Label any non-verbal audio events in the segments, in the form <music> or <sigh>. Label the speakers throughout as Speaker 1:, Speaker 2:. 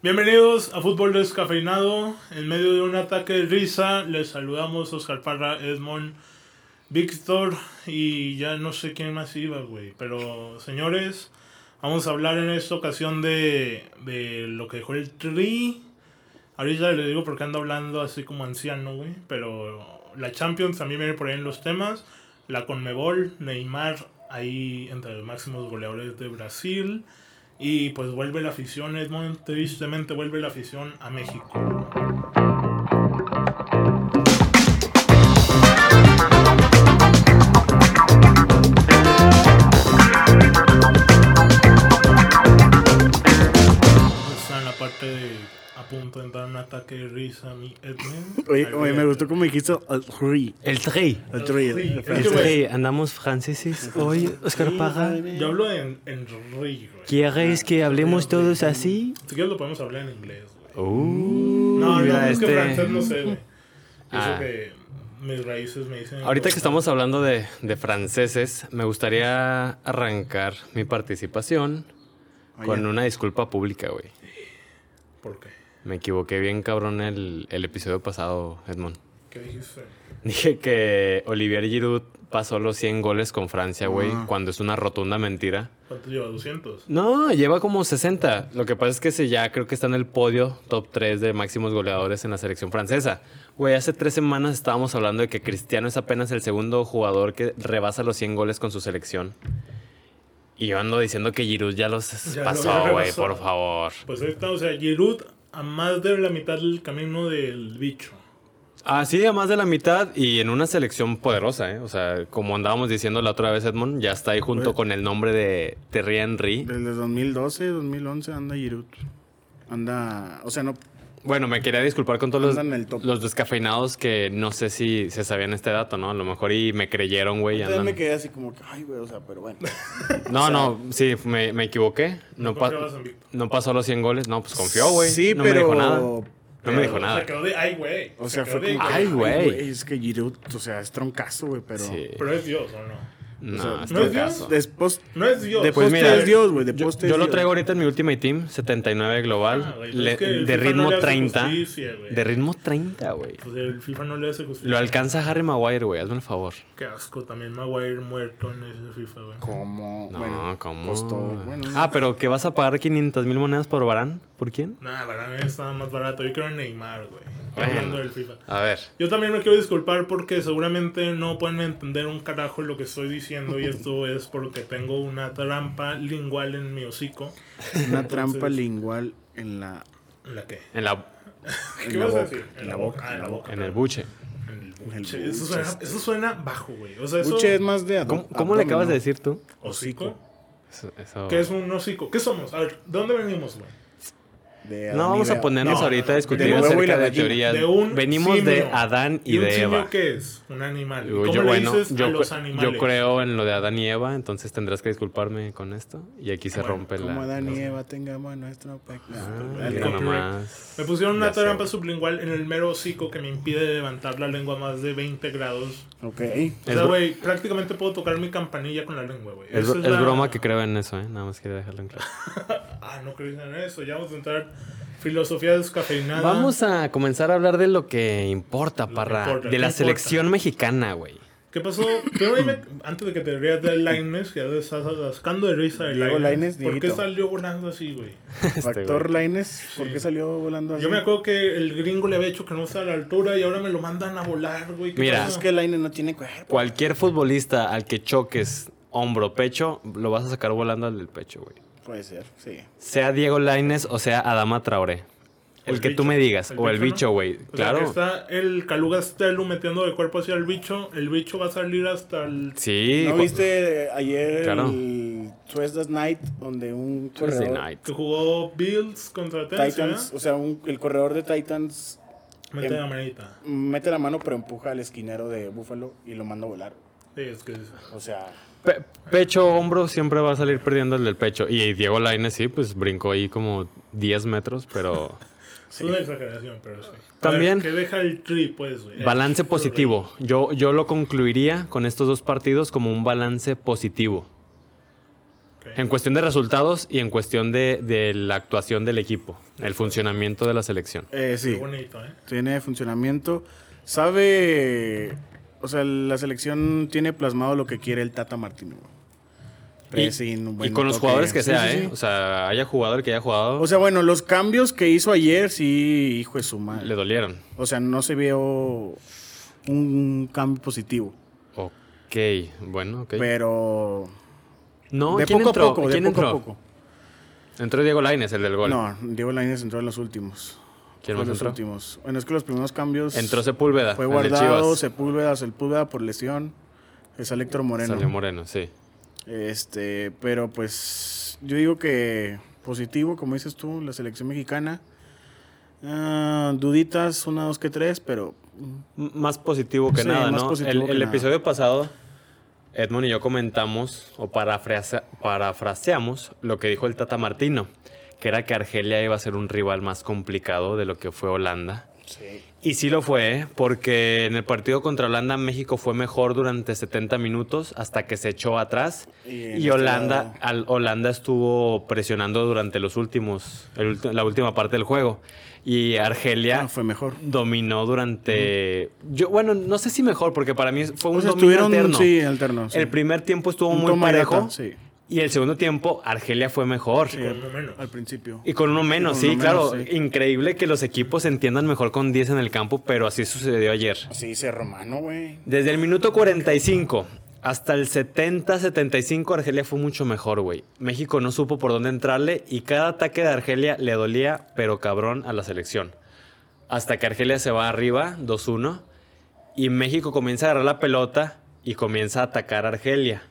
Speaker 1: Bienvenidos a Fútbol Descafeinado. En medio de un ataque de risa, les saludamos Oscar Parra, Edmond, Víctor y ya no sé quién más iba, güey. Pero señores, vamos a hablar en esta ocasión de, de lo que dejó el Tri. Ahorita les digo porque ando hablando así como anciano, güey. Pero la Champions también viene por ahí en los temas. La Conmebol, Neymar ahí entre los máximos goleadores de Brasil. Y pues vuelve la afición, Edmond, tristemente vuelve la afición a México. Está en la parte de a punto de entrar en un ataque de risa, mi Edmond.
Speaker 2: Oye, oye, me gustó como dijiste al tri.
Speaker 3: El Trey.
Speaker 2: Al tri.
Speaker 1: El tri.
Speaker 3: El Trey. Andamos franceses hoy, Oscar Parra.
Speaker 1: Yo hablo en, en eh. ri, güey.
Speaker 3: ¿Quieres que hablemos todos así?
Speaker 1: Si quieres lo podemos hablar en inglés, güey. no, no,
Speaker 3: mira,
Speaker 1: es que
Speaker 3: este-
Speaker 1: francés no mm, sé, güey. Eso
Speaker 3: Ah.
Speaker 1: que mis raíces me dicen...
Speaker 3: Ahorita que estamos hablando de, de franceses, me gustaría arrancar mi participación con una disculpa pública, güey.
Speaker 1: ¿Por qué?
Speaker 3: Me equivoqué bien cabrón el, el episodio pasado, Edmond. <laughs>
Speaker 1: ¿Qué dijiste?
Speaker 3: Dije que Olivier Giroud pasó los 100 goles con Francia, güey,
Speaker 1: Ah.
Speaker 3: cuando es una rotunda mentira.
Speaker 1: ¿Cuánto lleva? ¿200?
Speaker 3: No, lleva como 60. Lo que pasa es que se ya creo que está en el podio top 3 de máximos goleadores en la selección francesa. Güey, hace tres semanas estábamos hablando de que Cristiano es apenas el segundo jugador que rebasa los 100 goles con su selección. Y yo ando diciendo que Giroud ya los
Speaker 1: Ya lo
Speaker 3: pasó, güey,
Speaker 1: rebasó.
Speaker 3: por favor.
Speaker 1: Pues ahí está, o sea, Giroud a más de la mitad del camino del bicho.
Speaker 3: Así a más de la mitad y en una selección poderosa, ¿eh? O sea, como andábamos diciendo la otra vez, Edmond, ya está ahí junto con el nombre de Terry Henry.
Speaker 2: Desde 2012, 2011 anda Giroud. Anda, o sea, no
Speaker 3: Bueno, me quería disculpar con todos los,
Speaker 2: Andan en el top.
Speaker 3: los descafeinados que no sé si se sabían este dato, ¿no? A lo mejor y me creyeron, güey. y
Speaker 2: Entonces me
Speaker 3: andan-
Speaker 2: quedé así como que, ay, güey, o sea, pero bueno.
Speaker 3: No, no, sí, me, me equivoqué. No, pa-
Speaker 1: confiabas en Víctor.
Speaker 3: no pasó los 100 goles. No, pues confió, güey.
Speaker 2: Sí,
Speaker 3: no
Speaker 2: pero-
Speaker 3: me dijo nada. No
Speaker 2: pero-
Speaker 3: me dijo nada.
Speaker 1: Se quedó de... ¡Ay, güey!
Speaker 2: O
Speaker 1: Se
Speaker 2: sea,
Speaker 1: quedó
Speaker 2: fue
Speaker 1: de,
Speaker 2: como, que,
Speaker 3: Ay, güey.
Speaker 2: Es que Giroud, o sea, es troncazo, güey, pero.
Speaker 3: Sí.
Speaker 1: Pero es Dios, ¿o no?
Speaker 3: No,
Speaker 2: sea,
Speaker 3: hasta
Speaker 1: ¿no
Speaker 3: el
Speaker 1: es
Speaker 3: caso.
Speaker 2: Después.
Speaker 1: No es Dios.
Speaker 2: De
Speaker 3: Pues
Speaker 2: poste
Speaker 3: mira,
Speaker 2: es Dios, güey. De
Speaker 3: Yo,
Speaker 2: poste
Speaker 3: yo
Speaker 2: es
Speaker 3: lo
Speaker 2: Dios.
Speaker 3: traigo ahorita en mi Ultimate Team, 79 global,
Speaker 1: Ah, güey, pero
Speaker 3: le-
Speaker 1: es que el
Speaker 3: de
Speaker 1: FIFA no
Speaker 3: ritmo
Speaker 1: le hace
Speaker 3: 30.
Speaker 1: justicia, güey.
Speaker 3: de ritmo 30, güey.
Speaker 1: Pues el FIFA no le hace justicia.
Speaker 3: Lo alcanza Harry Maguire, güey, hazme el favor.
Speaker 1: Qué asco, también Maguire muerto en ese FIFA, güey.
Speaker 2: ¿Cómo?
Speaker 3: No,
Speaker 2: bueno,
Speaker 3: ¿cómo?
Speaker 2: Costó, bueno,
Speaker 3: ah, pero que vas a pagar 500 mil monedas por Barán, ¿por quién?
Speaker 1: Nah, para mí estaba más barato. Yo quiero Neymar, güey.
Speaker 3: Bueno.
Speaker 1: Hablando del FIFA.
Speaker 3: A ver.
Speaker 1: Yo también me quiero disculpar porque seguramente no pueden entender un carajo lo que estoy diciendo y esto es porque tengo una trampa lingual en mi hocico.
Speaker 2: Una trampa lingual en la.
Speaker 1: ¿En la qué?
Speaker 3: En, la,
Speaker 2: En
Speaker 1: ¿Qué
Speaker 2: la
Speaker 1: vas a
Speaker 2: boca,
Speaker 1: decir?
Speaker 2: en la boca,
Speaker 1: Ah, en la boca.
Speaker 3: en el buche.
Speaker 1: En el
Speaker 2: en el
Speaker 1: buche. Eso suena,
Speaker 2: buche. este.
Speaker 1: eso suena bajo, güey. O sea, eso...
Speaker 2: Buche es más de.
Speaker 3: ¿Cómo, cómo le acabas de decir tú?
Speaker 1: ¿Hocico?
Speaker 3: Eso- eso-
Speaker 1: ¿Qué es un hocico? ¿Qué somos? A ver, ¿de dónde venimos, güey?
Speaker 3: No vamos a ponernos
Speaker 1: No,
Speaker 3: ahorita
Speaker 1: no,
Speaker 3: a discutir
Speaker 2: de huevo y la
Speaker 3: acerca de
Speaker 2: gallina.
Speaker 3: teorías.
Speaker 1: De un
Speaker 3: Venimos de
Speaker 1: simio.
Speaker 3: Adán y,
Speaker 1: ¿Y un
Speaker 3: de
Speaker 1: simio
Speaker 3: Eva.
Speaker 1: qué es? Un animal. ¿Y
Speaker 3: Yo,
Speaker 1: ¿Cómo
Speaker 3: yo,
Speaker 1: le
Speaker 3: bueno,
Speaker 1: dices
Speaker 3: yo,
Speaker 1: a los
Speaker 3: cre-
Speaker 1: animales?
Speaker 3: yo creo en lo de Adán y Eva, entonces tendrás que disculparme con esto. Y aquí se
Speaker 1: Bueno,
Speaker 3: rompe la.
Speaker 2: Como Adán y
Speaker 3: la-
Speaker 2: Eva tengamos nuestro pecado.
Speaker 3: Ah,
Speaker 1: El
Speaker 3: mira
Speaker 1: copyright.
Speaker 3: nomás.
Speaker 1: Me pusieron
Speaker 3: Ya
Speaker 1: una
Speaker 3: sé.
Speaker 1: trampa sublingual en el mero hocico que me impide levantar la lengua más de 20 grados.
Speaker 3: <laughs>
Speaker 2: Ok.
Speaker 1: O
Speaker 3: Es
Speaker 1: sea,
Speaker 3: bro-
Speaker 1: güey, prácticamente puedo tocar mi campanilla con la lengua, güey.
Speaker 3: Es,
Speaker 1: Esa
Speaker 3: bro- es
Speaker 1: la-
Speaker 3: broma que creo en eso, ¿eh? Nada más quería dejarlo en claro.
Speaker 1: Ah, no crees en eso. Ya vamos a entrar filosofía descafeinada.
Speaker 3: Vamos a comenzar a hablar de lo que importa,
Speaker 1: que
Speaker 3: Parra.
Speaker 1: importa,
Speaker 3: de
Speaker 1: ¿qué
Speaker 3: la
Speaker 1: importa?
Speaker 3: selección mexicana, güey.
Speaker 1: ¿Qué pasó? Primero dime, antes de que te rías de Laines, que ya te estás atascando de risa de
Speaker 2: Diego
Speaker 1: Lainez.
Speaker 2: Lainez,
Speaker 1: ¿Por qué
Speaker 2: Dieguito.
Speaker 1: salió volando así, güey?
Speaker 2: Factor Laines, ¿por qué salió volando así?
Speaker 1: Yo me acuerdo que el gringo le había hecho que no está a la altura y ahora me lo mandan a volar, güey. ¿Qué
Speaker 3: Mira.
Speaker 1: pasó?
Speaker 2: Es que Laines no tiene cuerpo.
Speaker 3: Cualquier futbolista al que choques hombro, pecho, lo vas a sacar volando al del pecho, güey.
Speaker 2: Puede ser, sí.
Speaker 3: Sea Diego Laines o sea Adama Traoré. El,
Speaker 1: el
Speaker 3: que tú
Speaker 1: bicho.
Speaker 3: me digas.
Speaker 1: El
Speaker 3: o el
Speaker 1: bicho, ¿no?
Speaker 3: bicho, güey.
Speaker 1: O sea,
Speaker 3: claro.
Speaker 1: que está el Caluga Stelu metiendo de cuerpo hacia el bicho. El bicho va a salir hasta el.
Speaker 3: Sí. pues,
Speaker 2: ¿No
Speaker 3: cu-
Speaker 2: viste eh, ayer
Speaker 3: Claro.
Speaker 2: el Tuesday Night donde un corredor
Speaker 3: Thursday night.
Speaker 1: Que jugó Bills contra Titans.
Speaker 2: Titans,
Speaker 1: ¿verdad?
Speaker 2: o sea, un- el corredor de Titans
Speaker 1: Mete
Speaker 2: em-
Speaker 1: la manita.
Speaker 2: mete la mano pero empuja al esquinero de Buffalo y lo manda a volar.
Speaker 1: Sí, es que es-
Speaker 2: O sea,
Speaker 3: Pe- pecho, hombro, siempre va a salir perdiendo el del pecho. Y Diego Laines, sí, pues brincó ahí como 10 metros,
Speaker 1: <laughs>
Speaker 3: pero.
Speaker 1: es una exageración, pero sí. A
Speaker 3: También-
Speaker 1: ver, Que deja el tri, pues, güey.
Speaker 3: Balance positivo. Yo, yo lo concluiría con estos dos partidos como un balance positivo.
Speaker 1: Ok.
Speaker 3: En cuestión de resultados y en cuestión de, de la actuación del equipo, el funcionamiento de la selección.
Speaker 2: Eh,
Speaker 1: Qué
Speaker 2: sí,
Speaker 1: bonito, ¿eh?
Speaker 2: tiene funcionamiento. Sabe. O sea, la selección tiene plasmado lo que quiere el Tata Martino. güey. Pressing, un buen
Speaker 3: y con los
Speaker 2: toque.
Speaker 3: jugadores que
Speaker 2: Sí,
Speaker 3: sea,
Speaker 2: sí,
Speaker 3: ¿eh?
Speaker 2: sí.
Speaker 3: O sea, haya jugado el que haya jugado,
Speaker 2: O sea, bueno, los cambios que hizo ayer, sí, hijo de su madre.
Speaker 3: le dolieron.
Speaker 2: O sea, no se vio un cambio positivo.
Speaker 3: Ok, bueno, ok.
Speaker 2: Pero.
Speaker 3: no,
Speaker 2: de
Speaker 3: ¿quién
Speaker 2: poco
Speaker 3: entró?
Speaker 2: a poco, de
Speaker 3: ¿Quién
Speaker 2: poco
Speaker 3: entró?
Speaker 2: a poco.
Speaker 3: Entró Diego Lainez, el del gol.
Speaker 2: No, Diego Lainez entró en los últimos.
Speaker 3: ¿Quién
Speaker 2: Fue en
Speaker 3: más
Speaker 2: los
Speaker 3: entró?
Speaker 2: últimos. Bueno, es que los primeros cambios.
Speaker 3: Entró Sepúlveda,
Speaker 2: Fue
Speaker 3: el
Speaker 2: guardado,
Speaker 3: de Chivas.
Speaker 2: Sepúlveda, Sepúlveda por lesión. Es Héctor Moreno.
Speaker 3: Salió Moreno, sí.
Speaker 2: Este, pero pues yo digo que positivo, como dices tú, la selección mexicana. Ah, duditas, una, dos que tres, pero
Speaker 3: M- Más positivo que
Speaker 2: Sí,
Speaker 3: nada,
Speaker 2: más
Speaker 3: ¿no?
Speaker 2: positivo
Speaker 3: el
Speaker 2: que
Speaker 3: el
Speaker 2: nada.
Speaker 3: episodio pasado, Edmond y yo comentamos o parafrasea- parafraseamos lo que dijo el Tata Martino, que era que Argelia iba a ser un rival más complicado de lo que fue Holanda. Y sí lo fue, ¿eh? porque en el partido contra Holanda México fue mejor durante 70 minutos hasta que se echó atrás
Speaker 2: Y
Speaker 3: y,
Speaker 2: en este
Speaker 3: Holanda,
Speaker 2: lado-
Speaker 3: al- Holanda estuvo presionando durante los últimos, el ulti- la última parte del juego. Y Argelia
Speaker 2: ah, fue mejor.
Speaker 3: dominó durante. Yo, bueno, no sé si mejor, porque para mí fue un
Speaker 2: O sea,
Speaker 3: dominio
Speaker 2: estuvieron
Speaker 3: alterno.
Speaker 2: sí, alternos. sí.
Speaker 3: El primer tiempo estuvo
Speaker 2: Un
Speaker 3: muy
Speaker 2: toma y
Speaker 3: parejo.
Speaker 2: daca, sí.
Speaker 3: Y el segundo tiempo, Argelia fue mejor.
Speaker 2: Sí,
Speaker 1: Con lo menos.
Speaker 2: al principio.
Speaker 3: Y con uno menos,
Speaker 2: Con
Speaker 3: sí,
Speaker 2: uno
Speaker 3: claro.
Speaker 2: menos, sí.
Speaker 3: Increíble que los equipos se entiendan mejor con 10 en el campo, pero así sucedió ayer.
Speaker 2: Así dice Romano, güey.
Speaker 3: Desde el minuto 45 hasta el 70-75, Argelia fue mucho mejor, güey. México no supo por dónde entrarle y cada ataque de Argelia le dolía, pero cabrón, a la selección. Hasta que Argelia se va arriba, 2-1, y México comienza a agarrar la pelota y comienza a atacar a Argelia.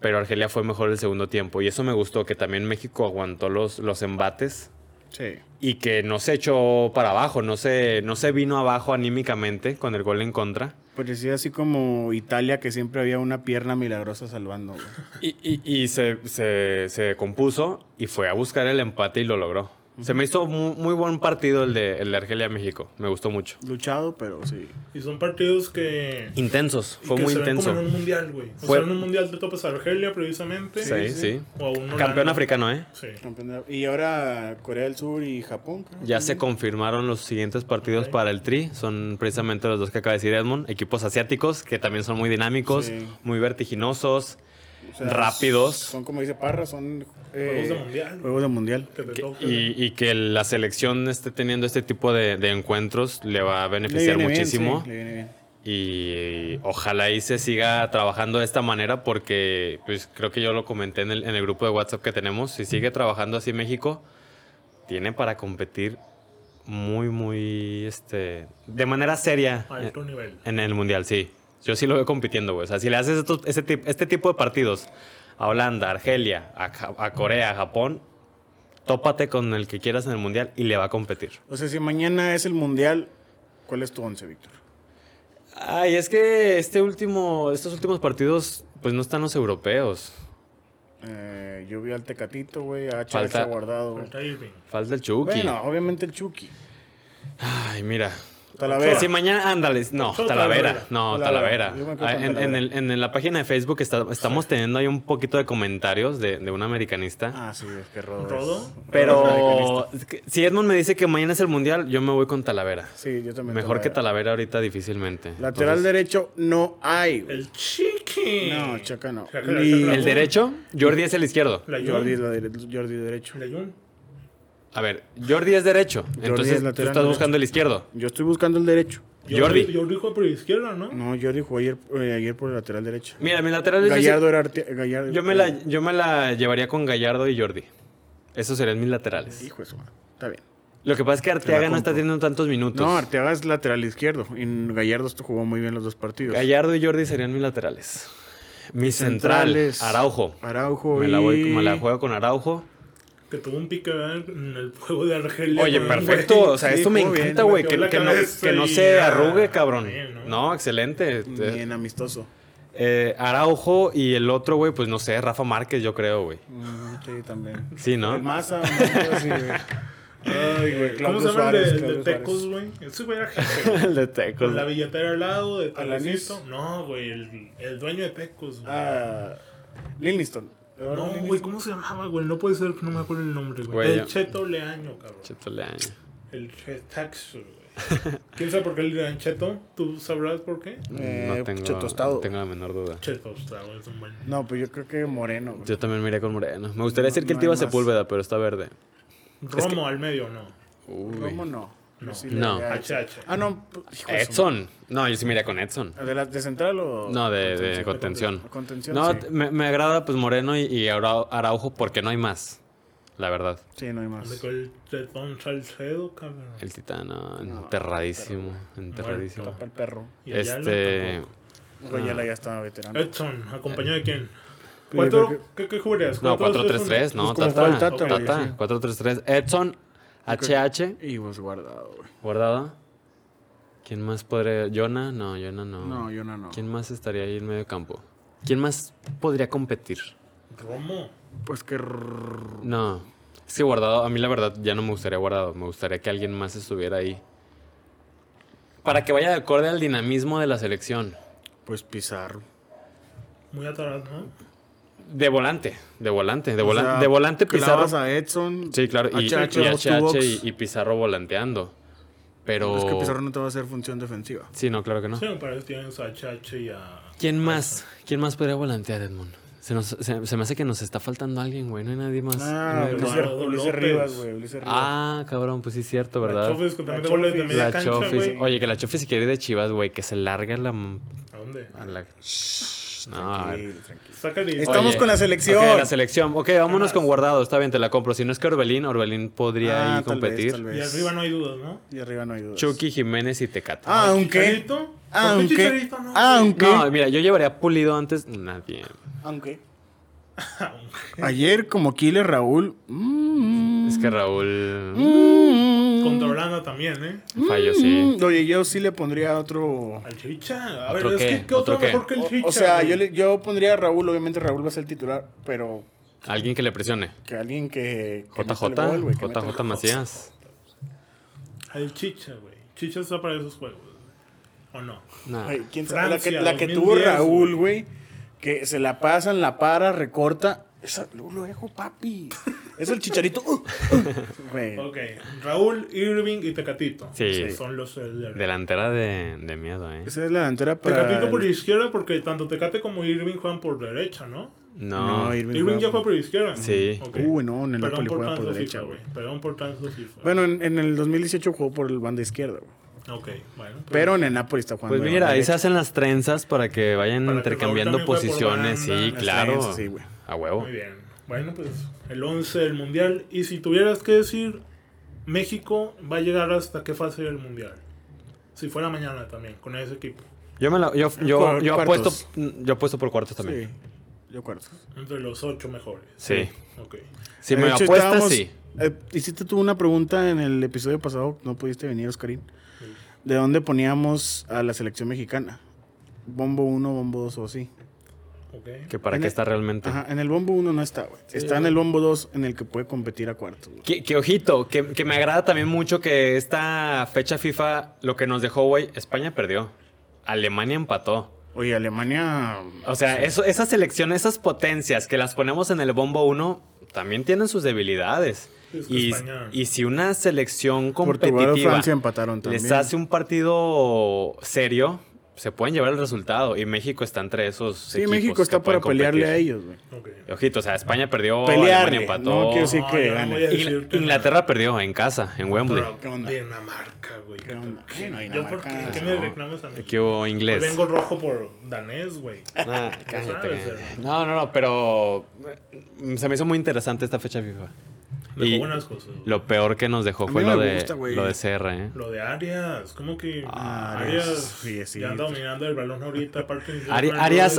Speaker 3: Pero Argelia fue mejor el segundo tiempo y eso me gustó, que también México aguantó los, los embates
Speaker 2: Sí.
Speaker 3: y que no se echó para abajo, no se, no se vino abajo anímicamente con el gol en contra.
Speaker 2: Parecía así como Italia, que siempre había una pierna milagrosa salvando, güey.
Speaker 3: Y, y- y se, se- se compuso y fue a buscar el empate y lo logró. Se me hizo mu- muy, buen partido el de, el de Argelia-México. Me gustó mucho.
Speaker 2: Luchado, pero sí.
Speaker 1: Y son partidos que.
Speaker 3: Intensos,
Speaker 1: y
Speaker 3: fue
Speaker 1: que
Speaker 3: muy
Speaker 1: se ven
Speaker 3: intenso.
Speaker 1: Como en un mundial, güey. O
Speaker 3: Fue-
Speaker 1: sea, en un mundial te topas a Argelia, precisamente.
Speaker 3: Sí, sí.
Speaker 1: O a un
Speaker 3: Campeón
Speaker 1: Holanda.
Speaker 3: africano, ¿eh?
Speaker 1: Sí.
Speaker 2: Campeón de- Y ahora Corea del Sur y Japón. creo.
Speaker 3: Ya se confirmaron los siguientes partidos
Speaker 1: Ok.
Speaker 3: para el Tri. Son precisamente los dos que acaba de decir Edmond. Equipos asiáticos que también son muy dinámicos,
Speaker 2: Sí.
Speaker 3: muy vertiginosos.
Speaker 2: O sea,
Speaker 3: rápidos.
Speaker 2: Son como dice Parra, son eh,
Speaker 1: Juegos de mundial.
Speaker 2: juegos de mundial.
Speaker 1: Que te
Speaker 3: que-
Speaker 1: toca.
Speaker 3: y, y que la selección esté teniendo este tipo de, de encuentros le va a
Speaker 2: Le
Speaker 3: beneficiar
Speaker 2: viene bien,
Speaker 3: muchísimo.
Speaker 2: sí, le viene bien.
Speaker 3: Y ojalá y se siga trabajando de esta manera porque pues creo que yo lo comenté en el, en el grupo de WhatsApp que tenemos. Si sigue trabajando así México, tiene para competir muy, muy, este, de manera seria
Speaker 1: A
Speaker 3: en,
Speaker 1: alto nivel.
Speaker 3: en el Mundial, sí. Yo sí lo veo compitiendo, güey. O sea, si le haces estos- ese tip- este tipo de partidos a Holanda, a Argelia, a, Ja- a Corea, a Japón, tópate con el que quieras en el Mundial y le va a competir.
Speaker 2: O sea, si mañana es el mundial, ¿cuál es tu once, Víctor?
Speaker 3: Ay, es que este último, estos últimos partidos, pues no están los europeos.
Speaker 2: Eh, yo vi al Tecatito, güey, a Chacha
Speaker 3: Falta-
Speaker 2: guardado. güey.
Speaker 1: Falta Irving.
Speaker 3: Falta el Chucky.
Speaker 2: Bueno, obviamente el Chucky.
Speaker 3: Ay, mira.
Speaker 2: Talavera.
Speaker 3: Si mañana, ándale. No,
Speaker 1: Ochoa,
Speaker 3: Talavera.
Speaker 1: Talavera.
Speaker 3: No,
Speaker 2: Talavera.
Speaker 3: Talavera.
Speaker 2: Yo me quedo
Speaker 3: Ah,
Speaker 2: con
Speaker 3: En, en
Speaker 2: Talavera.
Speaker 3: el- en la página de Facebook está- estamos teniendo ahí un poquito de comentarios de, de un americanista.
Speaker 2: Ah, sí, es que Rodo. es-
Speaker 1: ¿Rodo?
Speaker 2: Rodo
Speaker 3: Pero
Speaker 2: radicalista.
Speaker 3: es que- si Edmond me dice que mañana es el mundial, yo me voy con Talavera.
Speaker 2: Sí, yo también.
Speaker 3: Mejor que Talavera ahorita difícilmente.
Speaker 2: Lateral
Speaker 3: Entonces,
Speaker 2: derecho no hay. güey.
Speaker 1: El chiqui.
Speaker 2: No, Chaca no.
Speaker 1: Chaca,
Speaker 2: Ni-
Speaker 1: Chaca,
Speaker 3: El derecho, Jordi es el izquierdo.
Speaker 1: La
Speaker 2: Jordi,
Speaker 1: Jun.
Speaker 2: la dere- Jordi derecho.
Speaker 1: La Jun.
Speaker 3: A ver, Jordi es derecho.
Speaker 2: Jordi
Speaker 3: Entonces
Speaker 2: es
Speaker 3: tú
Speaker 2: lateral
Speaker 3: estás
Speaker 2: derecho.
Speaker 3: buscando el izquierdo.
Speaker 2: Yo estoy buscando el derecho.
Speaker 3: Jordi.
Speaker 1: Jordi juega por izquierda, ¿no?
Speaker 2: No, Jordi jugó ayer, eh, ayer por el lateral derecho.
Speaker 3: Mira, mi lateral es
Speaker 2: Gallardo era arti- Gallardo. eh,
Speaker 3: Yo me, la, yo me la llevaría con Gallardo y Jordi. Esos serían mis laterales.
Speaker 2: Hijo de su madre. Está bien.
Speaker 3: Lo que pasa es que Arteaga no está
Speaker 2: compro.
Speaker 3: teniendo tantos minutos.
Speaker 2: No, Arteaga es lateral izquierdo. Y Gallardo esto jugó muy bien los dos partidos.
Speaker 3: Gallardo y Jordi serían mis laterales. Mis centrales. Araujo.
Speaker 2: Araujo.
Speaker 3: Me la, voy-
Speaker 2: y-
Speaker 3: me la juego con Araujo.
Speaker 1: Que tuvo un pique ¿verdad? en el juego de Argelia.
Speaker 3: Oye,
Speaker 1: con-
Speaker 3: perfecto. O sea,
Speaker 2: sí,
Speaker 3: esto me
Speaker 2: muy bien,
Speaker 3: encanta,
Speaker 2: le
Speaker 3: güey. Que,
Speaker 1: metió la
Speaker 3: que no,
Speaker 1: cabeza
Speaker 3: que no
Speaker 1: y
Speaker 3: se
Speaker 1: ya.
Speaker 3: arrugue, cabrón.
Speaker 1: Bien, ¿no?
Speaker 3: No, excelente. Este,
Speaker 2: Bien amistoso.
Speaker 3: Eh, Araujo y el otro, güey, pues no sé, Rafa Márquez, yo creo, güey.
Speaker 2: Mm, sí, también.
Speaker 3: Sí,
Speaker 2: El
Speaker 3: ¿no?
Speaker 2: Maza. ¿no? Sí, güey. Ay, güey.
Speaker 1: ¿Cómo
Speaker 2: Claudio
Speaker 1: se llama el de-
Speaker 2: Suárez,
Speaker 1: el de,
Speaker 2: Claudio
Speaker 1: Tecos,
Speaker 2: Suárez.
Speaker 1: güey? Ese
Speaker 2: <laughs>
Speaker 1: güey era jefe. güey.
Speaker 3: <laughs> El de Tecos.
Speaker 1: Con la billetera al lado, de
Speaker 2: Alanis.
Speaker 1: Talecito. No, güey, el, el dueño de Tecos. güey.
Speaker 2: Ah, Livingston.
Speaker 1: No, güey, ¿cómo se llamaba, güey? No puede ser, no me acuerdo el nombre,
Speaker 3: Güey,
Speaker 1: güey.
Speaker 3: yo-
Speaker 1: El Cheto Leaño, cabrón.
Speaker 3: Cheto Leaño.
Speaker 1: El Chetaxo,
Speaker 3: <laughs>
Speaker 1: güey. ¿Quién sabe por qué le dirán Cheto? ¿Tú sabrás por qué?
Speaker 2: Eh,
Speaker 3: no tengo,
Speaker 2: Cheto Tostado.
Speaker 3: no tengo la menor duda.
Speaker 1: Cheto, claro, es un buen.
Speaker 2: No, pues yo creo que Moreno, güey.
Speaker 3: Yo también miré con Moreno. Me gustaría
Speaker 2: No,
Speaker 3: decir que el
Speaker 2: no
Speaker 3: tío
Speaker 2: hay más.
Speaker 3: a Sepúlveda, pero está verde.
Speaker 1: Romo al medio, no.
Speaker 3: Uy.
Speaker 2: Romo no.
Speaker 1: No.
Speaker 2: Sí le
Speaker 3: No.
Speaker 2: daría a Edson.
Speaker 1: HH.
Speaker 2: Ah, no. p- hijo de su
Speaker 3: Edson. No, yo sí miré con Edson.
Speaker 2: madre. ¿De, la- de central o...?
Speaker 3: No, de, de contención.
Speaker 2: Contención,
Speaker 3: No,
Speaker 2: sí.
Speaker 3: me, me agrada pues Moreno y, y Arau- Araujo porque no hay más. La verdad.
Speaker 2: Sí, no hay
Speaker 1: Me
Speaker 2: más.
Speaker 1: quedó el Chetón Salcedo, cabrón.
Speaker 3: El titano,
Speaker 2: No,
Speaker 3: enterradísimo. Enterradísimo.
Speaker 2: Tapa el perro.
Speaker 1: Y Ayala
Speaker 3: este.
Speaker 1: tampoco.
Speaker 2: Goyala ya estaba veterano.
Speaker 1: Edson, ¿acompañado de quién?
Speaker 2: Pero yo
Speaker 1: ¿Cuatro?
Speaker 2: creo
Speaker 1: ¿Qué, qué jugarías?
Speaker 3: No,
Speaker 1: ¿Cuatro, tres,
Speaker 3: 4-3-3,
Speaker 1: uno?
Speaker 3: no,
Speaker 2: Pues como estaba
Speaker 3: Tata.
Speaker 2: el
Speaker 3: Tata,
Speaker 2: Tata, güey,
Speaker 1: sí.
Speaker 3: 4-3-3. Edson, HH,
Speaker 2: Y vos guardado, güey.
Speaker 3: guardado. ¿Quién más podría? ¿Yona? No, Yona no.
Speaker 2: No, yo no, no.
Speaker 3: Ah. ¿Quién más estaría ahí en medio campo? ¿Quién más podría competir?
Speaker 1: Romo.
Speaker 2: Pues que... rrr,
Speaker 3: No. Es que guardado, a mí la verdad ya no me gustaría guardado. Me gustaría que alguien más estuviera ahí. Para que vaya de acorde al dinamismo de la selección.
Speaker 2: Pues Pizarro.
Speaker 1: Muy atrás, ¿no?
Speaker 3: De volante, de volante, de,
Speaker 2: O
Speaker 3: volan-
Speaker 2: sea,
Speaker 3: de volante Pizarro.
Speaker 2: clavas a Edson.
Speaker 3: Sí, claro. Y y
Speaker 2: HH,
Speaker 3: HH,
Speaker 2: box to box.
Speaker 3: y, y Pizarro volanteando. Pero.
Speaker 2: Es que Pizarro no te va a hacer función defensiva.
Speaker 3: Sí, no, claro que no.
Speaker 1: Sí, me parece que tienes a HH y a.
Speaker 3: ¿Quién más? ¿Quién más podría volantear, Edmond? Se, nos- se- se me hace que nos está faltando alguien, güey. No hay nadie más. No
Speaker 2: Ah,
Speaker 3: hay nadie más.
Speaker 2: Ulises,
Speaker 1: Eduardo
Speaker 2: Ulises
Speaker 1: López.
Speaker 2: Rivas, güey. Ulises Rivas.
Speaker 3: Ah, cabrón, pues sí es cierto, ¿verdad?
Speaker 1: La Chofis, que también
Speaker 2: La
Speaker 1: te goles de
Speaker 2: Chofis.
Speaker 1: media
Speaker 3: La
Speaker 1: cancha,
Speaker 3: Chofis.
Speaker 1: güey.
Speaker 3: Oye, que la Chofis se quiere ir de Chivas, güey. Que se larga la... m-
Speaker 1: ¿A dónde?
Speaker 3: a la- No, a ver.
Speaker 2: Tranquilo, tranquilo.
Speaker 1: Saca el-
Speaker 2: Estamos
Speaker 1: Oye,
Speaker 2: con la selección.
Speaker 3: Ok, la selección. Ok, vámonos con Guardado. Está bien, te la compro. Si no es que Orbelín, Orbelín podría
Speaker 2: Ah, tal
Speaker 3: ahí competir.
Speaker 2: vez, tal vez.
Speaker 1: Y arriba no hay dudas, ¿no?
Speaker 2: Y arriba no hay dudas. Ah,
Speaker 3: Chucky, Jiménez y Tecate.
Speaker 2: Aunque.
Speaker 1: Chicharito. ¿Por qué
Speaker 2: Aunque.
Speaker 1: Chicharito no, güey?
Speaker 2: Aunque.
Speaker 3: No, mira, yo llevaría Pulido antes. Nadie.
Speaker 2: <laughs> Aunque. Ayer, como Killer Raúl. mm,
Speaker 3: Es que Raúl
Speaker 2: mm,
Speaker 1: Contra Holanda también, ¿eh?
Speaker 3: falló, sí.
Speaker 2: mm. Oye, yo sí le pondría otro.
Speaker 1: Al Chicha. A ver,
Speaker 3: ¿Otro
Speaker 1: es
Speaker 3: qué?
Speaker 1: que ¿qué
Speaker 3: ¿Otro
Speaker 1: otro
Speaker 3: qué?
Speaker 1: mejor que el Chicha?
Speaker 2: O, o sea,
Speaker 1: güey?
Speaker 2: yo, le- yo pondría a Raúl. Obviamente, Raúl va a ser el titular. Pero
Speaker 3: Alguien que le presione.
Speaker 2: que alguien que. que meta el gol, güey,
Speaker 3: JJ,
Speaker 2: que meta el
Speaker 3: JJ
Speaker 2: gol.
Speaker 3: Macías.
Speaker 1: Al Chicha, güey. Chicha está para esos juegos, güey. ¿O no?
Speaker 3: No.
Speaker 2: Ay, ¿quién sabe? La que,
Speaker 1: Francia,
Speaker 2: la que
Speaker 1: 2010,
Speaker 2: tuvo Raúl, güey. Que se la pasan, la para, recorta. Esa, lo, lo dejo, papi. Es el
Speaker 1: <laughs>
Speaker 2: chicharito. uh, uh, güey.
Speaker 1: Ok. Raúl, Irving y Tecatito.
Speaker 3: Sí.
Speaker 1: Son los eh, de-
Speaker 3: Delantera de, de miedo, ¿eh?
Speaker 2: Esa es la delantera para.
Speaker 1: Tecatito por
Speaker 2: el-
Speaker 1: izquierda porque tanto Tecate como Irving juegan por derecha, ¿no?
Speaker 3: No.
Speaker 2: No, Irving
Speaker 1: Irving
Speaker 2: juega Uh,
Speaker 1: ya juega por izquierda.
Speaker 3: Sí.
Speaker 1: Ok.
Speaker 2: Uy, no, en el
Speaker 1: Perdón
Speaker 2: Napoli
Speaker 1: por
Speaker 2: juega por
Speaker 1: tanto
Speaker 2: derecha,
Speaker 1: FIFA,
Speaker 2: güey.
Speaker 1: güey. Perdón por tanto FIFA.
Speaker 2: Bueno, en, en el 2018 jugó por el banda izquierda, güey.
Speaker 1: Ok, bueno. pues,
Speaker 2: Pero en el Napoli está jugando.
Speaker 3: Pues
Speaker 2: de
Speaker 3: mira,
Speaker 2: banda
Speaker 3: ahí se
Speaker 2: derecha.
Speaker 3: hacen las trenzas para que vayan
Speaker 1: Para que
Speaker 3: intercambiando
Speaker 1: Raúl también juegue por
Speaker 3: posiciones.
Speaker 1: banda.
Speaker 3: Sí,
Speaker 1: Las
Speaker 3: claro.
Speaker 2: trenzas, sí, güey.
Speaker 3: A huevo.
Speaker 1: Muy bien. Bueno, pues el 11 del Mundial. Y si tuvieras que decir, México va a llegar hasta qué fase del Mundial. Si fuera mañana también, con ese equipo.
Speaker 3: Yo, me la, yo, yo,
Speaker 2: Por
Speaker 3: yo, apuesto,
Speaker 2: cuartos.
Speaker 3: yo apuesto por cuartos también.
Speaker 2: Sí, yo cuarto.
Speaker 1: Entre los ocho mejores.
Speaker 3: Sí.
Speaker 1: Ok.
Speaker 3: Si
Speaker 2: De
Speaker 3: me
Speaker 2: hecho,
Speaker 3: apuestas,
Speaker 2: estábamos-
Speaker 3: sí.
Speaker 2: eh, hiciste tú una pregunta en el episodio pasado, no pudiste venir, Oscarín. ¿De dónde poníamos a la selección mexicana? ¿Bombo 1, bombo 2 o así?
Speaker 1: Ok.
Speaker 3: Que para
Speaker 2: En
Speaker 3: qué
Speaker 2: el-
Speaker 3: está realmente.
Speaker 2: Ajá, en el bombo 1 no está, güey. Está en el bombo 2 en el que puede competir a cuartos, güey.
Speaker 3: Que, que ojito, que, que me agrada también mucho que esta fecha FIFA lo que nos dejó, güey, España perdió. Alemania empató.
Speaker 2: Oye, Alemania.
Speaker 3: O sea, eso, esas selecciones, esas potencias que las ponemos en el bombo 1, también tienen sus debilidades.
Speaker 1: Es que
Speaker 3: Y,
Speaker 1: España-
Speaker 3: y si una selección
Speaker 2: Portugal y
Speaker 3: competitiva
Speaker 2: Francia empataron también.
Speaker 3: les hace un partido serio, se pueden llevar el resultado. Y México está entre esos.
Speaker 2: Sí, México está para pelearle a ellos, güey.
Speaker 1: Ok.
Speaker 3: Ojito, o sea, España perdió,
Speaker 2: Pelearle,
Speaker 3: Alemania empató.
Speaker 2: no quiero decir
Speaker 1: No,
Speaker 2: que
Speaker 1: yo no
Speaker 2: gane.
Speaker 1: voy a decir
Speaker 3: Ingl-
Speaker 1: que no.
Speaker 3: Inglaterra perdió en casa, en Wembley.
Speaker 1: Pero
Speaker 2: ¿Qué onda?
Speaker 1: Dinamarca, güey. ¿Qué
Speaker 2: onda?
Speaker 1: ¿Qué?
Speaker 2: No,
Speaker 1: ¿Yo por qué?
Speaker 2: Dinamarca.
Speaker 1: ¿Qué me reclamas a mí?
Speaker 3: Aquí hubo
Speaker 1: Hoy
Speaker 3: inglés.
Speaker 1: Pues vengo rojo por danés, güey. <laughs>
Speaker 3: Ah,
Speaker 1: Eso
Speaker 3: cállate,
Speaker 1: debe
Speaker 3: cállate.
Speaker 1: ser.
Speaker 3: No, no, no, pero eh, se me hizo muy interesante esta fecha FIFA.
Speaker 1: Dejó
Speaker 3: Y
Speaker 1: buenas cosas. güey.
Speaker 3: Lo peor que nos dejó
Speaker 2: A mí
Speaker 3: fue
Speaker 2: no
Speaker 3: lo
Speaker 2: me
Speaker 3: de,
Speaker 2: gusta, güey.
Speaker 3: lo de CR, ¿eh?
Speaker 1: Lo de Arias, como que
Speaker 2: Ah,
Speaker 1: Arias,
Speaker 2: Arias, sí, sí.
Speaker 1: ya anda dominando el balón ahorita, aparte de-
Speaker 3: Ari- Arias,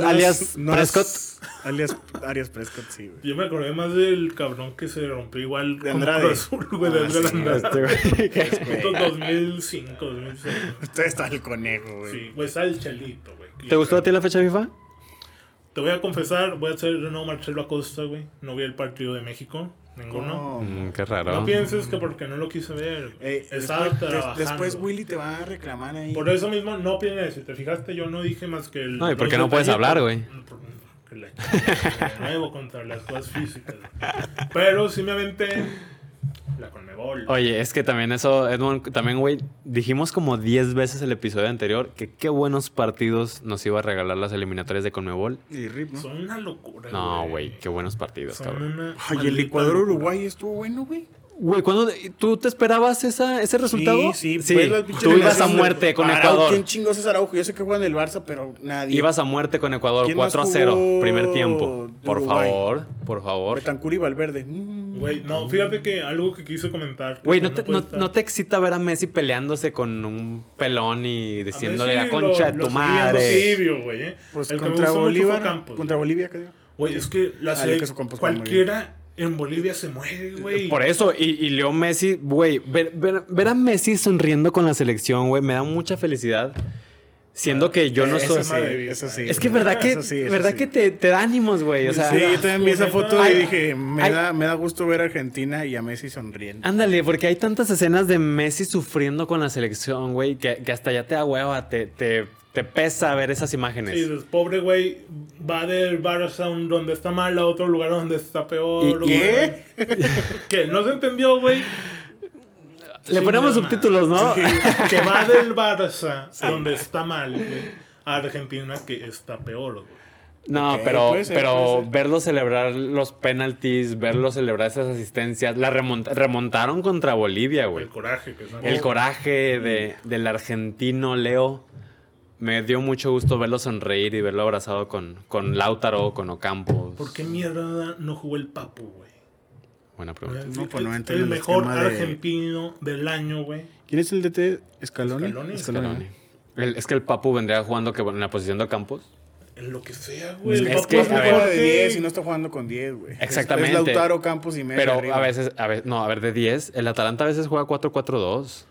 Speaker 2: <laughs>
Speaker 3: alias
Speaker 2: No es-
Speaker 3: Prescott.
Speaker 2: Alias, alias Prescott, sí, güey.
Speaker 1: Yo me acordé más del cabrón que se rompió igual
Speaker 2: De
Speaker 1: con
Speaker 2: Andrade.
Speaker 1: Cruz Azul, güey, de
Speaker 2: Ah, sí,
Speaker 1: Andrade.
Speaker 3: Este, güey, que-
Speaker 1: Esto es 2005, 2006.
Speaker 2: Usted está el conejo, güey.
Speaker 1: Sí, güey, está el chelito, güey.
Speaker 3: ¿Te gustó a ti la fecha FIFA?
Speaker 1: Te voy a confesar, voy a ser de nuevo Marcelo Acosta, güey. No vi el partido de México, ninguno.
Speaker 2: No.
Speaker 3: Mm, qué
Speaker 1: No,
Speaker 3: raro.
Speaker 1: pienses que porque no lo quise ver.
Speaker 2: Ey,
Speaker 1: Estaba
Speaker 2: Eh, después, des-
Speaker 1: trabajando.
Speaker 2: después Willy te va a reclamar ahí.
Speaker 1: Por eso mismo no pienses. Si te fijaste, yo no dije más que el.
Speaker 3: No, ¿y por
Speaker 1: los
Speaker 3: qué no puedes
Speaker 1: detallitos.
Speaker 3: hablar, güey?
Speaker 1: que la de nuevo contra las cosas físicas. Pero sí me aventé la Conmebol.
Speaker 3: Oye, es que también eso, Edmond, también, güey, dijimos como 10 veces el episodio anterior que qué buenos partidos nos iba a regalar las eliminatorias de Conmebol.
Speaker 2: Y Rip, ¿no?
Speaker 1: Son una locura.
Speaker 3: No, güey, qué buenos partidos,
Speaker 1: Son
Speaker 3: cabrón.
Speaker 1: una
Speaker 2: Ay, el
Speaker 1: maldita
Speaker 2: Ecuador
Speaker 1: locura.
Speaker 2: Uruguay estuvo bueno, güey.
Speaker 3: Güey, ¿cuándo tú te esperabas esa, ese resultado?
Speaker 2: Sí, sí. pues, las pinches
Speaker 3: tú ibas a
Speaker 2: eliminaciones de-
Speaker 3: muerte con
Speaker 2: Araujo,
Speaker 3: Ecuador.
Speaker 2: ¿Quién chingos es Araujo? Yo sé que juega en el Barça, pero nadie.
Speaker 3: Ibas a muerte con Ecuador,
Speaker 2: ¿Quién más
Speaker 3: 4 a 0,
Speaker 2: jugó
Speaker 3: primer tiempo.
Speaker 2: de
Speaker 3: Por
Speaker 2: Uruguay?
Speaker 3: favor, por favor.
Speaker 2: Betancur y Valverde. Mm.
Speaker 1: Güey, no, fíjate que algo que quise comentar. que
Speaker 3: Güey, ¿no
Speaker 1: no
Speaker 3: te,
Speaker 1: puede
Speaker 3: no,
Speaker 1: estar.
Speaker 3: no te excita ver a Messi peleándose con un pelón y diciéndole
Speaker 1: A
Speaker 3: la
Speaker 1: Messi
Speaker 3: concha
Speaker 1: lo-
Speaker 3: de
Speaker 1: lo
Speaker 3: tu
Speaker 1: estoy viendo
Speaker 3: madre?
Speaker 1: tibio, güey, eh.
Speaker 2: Pues
Speaker 1: El que me
Speaker 2: contra
Speaker 1: gusta mucho fue
Speaker 2: Bolívar.
Speaker 1: Campos.
Speaker 2: Contra Bolivia, ¿qué digo?
Speaker 1: Güey, es que la
Speaker 2: Ah,
Speaker 1: sele-
Speaker 2: yo que su compa juega muy
Speaker 1: cualquiera en Bolivia se muere, güey.
Speaker 3: Eh, Por eso, y, y Leo Messi, güey, ver, ver- ver a Messi sonriendo con la selección, güey, me da mucha felicidad. Siendo que yo no
Speaker 2: Eso
Speaker 3: soy.
Speaker 2: sí, eso sí.
Speaker 3: Es que verdad que,
Speaker 2: Eso sí, eso
Speaker 3: verdad
Speaker 2: sí.
Speaker 3: que te, te da ánimos, güey. O sea,
Speaker 2: sí, yo también vi esa foto
Speaker 3: Ay,
Speaker 2: y dije, me,
Speaker 3: ay. Ah.
Speaker 2: da, me da gusto ver a Argentina y a Messi sonriendo.
Speaker 3: Ándale, porque hay tantas escenas de Messi sufriendo con la selección, güey, que, que hasta ya te da hueva, te, te, te pesa ver esas imágenes.
Speaker 1: Sí, dices, pobre güey, va del Barça a un donde está mal a otro lugar donde está
Speaker 3: ¿Y
Speaker 1: peor. güey.
Speaker 2: qué?
Speaker 1: <laughs> que no se entendió, güey.
Speaker 3: Le
Speaker 1: Sí,
Speaker 3: ponemos
Speaker 1: no,
Speaker 3: subtítulos, ¿no?
Speaker 1: Sí, que va del Barça donde está mal, güey, a Argentina que está peor, güey.
Speaker 3: No,
Speaker 2: Ok,
Speaker 3: pero,
Speaker 2: puede ser,
Speaker 3: pero
Speaker 2: puede ser.
Speaker 3: verlo celebrar los penalties, verlo celebrar esas asistencias, la remont- remontaron contra Bolivia, güey.
Speaker 1: El coraje que saca.
Speaker 3: El coraje de, del argentino Leo. Me dio mucho gusto verlo sonreír y verlo abrazado con, con Lautaro, con Ocampos.
Speaker 1: ¿Por qué mierda no jugó el Papu, güey? ¿Eh?
Speaker 3: Buena pregunta.
Speaker 2: No, pues no entra
Speaker 1: el
Speaker 2: en el
Speaker 1: mejor
Speaker 2: esquema de-
Speaker 1: argentino del año, güey.
Speaker 2: ¿Quién es el DT? ¿Escaloni?
Speaker 1: Scaloni,
Speaker 3: Scaloni. El- es que el Papu vendría jugando que, en la posición de Ocampos.
Speaker 1: En lo que sea, güey. El
Speaker 3: Es
Speaker 1: Papu
Speaker 3: que,
Speaker 1: es
Speaker 3: a
Speaker 2: No
Speaker 3: ver.
Speaker 1: mejor
Speaker 2: juega
Speaker 1: que-
Speaker 2: de 10 y no está jugando con 10, güey. Es-
Speaker 3: Exactamente.
Speaker 2: Es Lautaro, Campos y Messi.
Speaker 3: Pero
Speaker 2: arriba.
Speaker 3: a veces, a veces, no, a ver, de 10. El Atalanta a veces juega 4-4-2.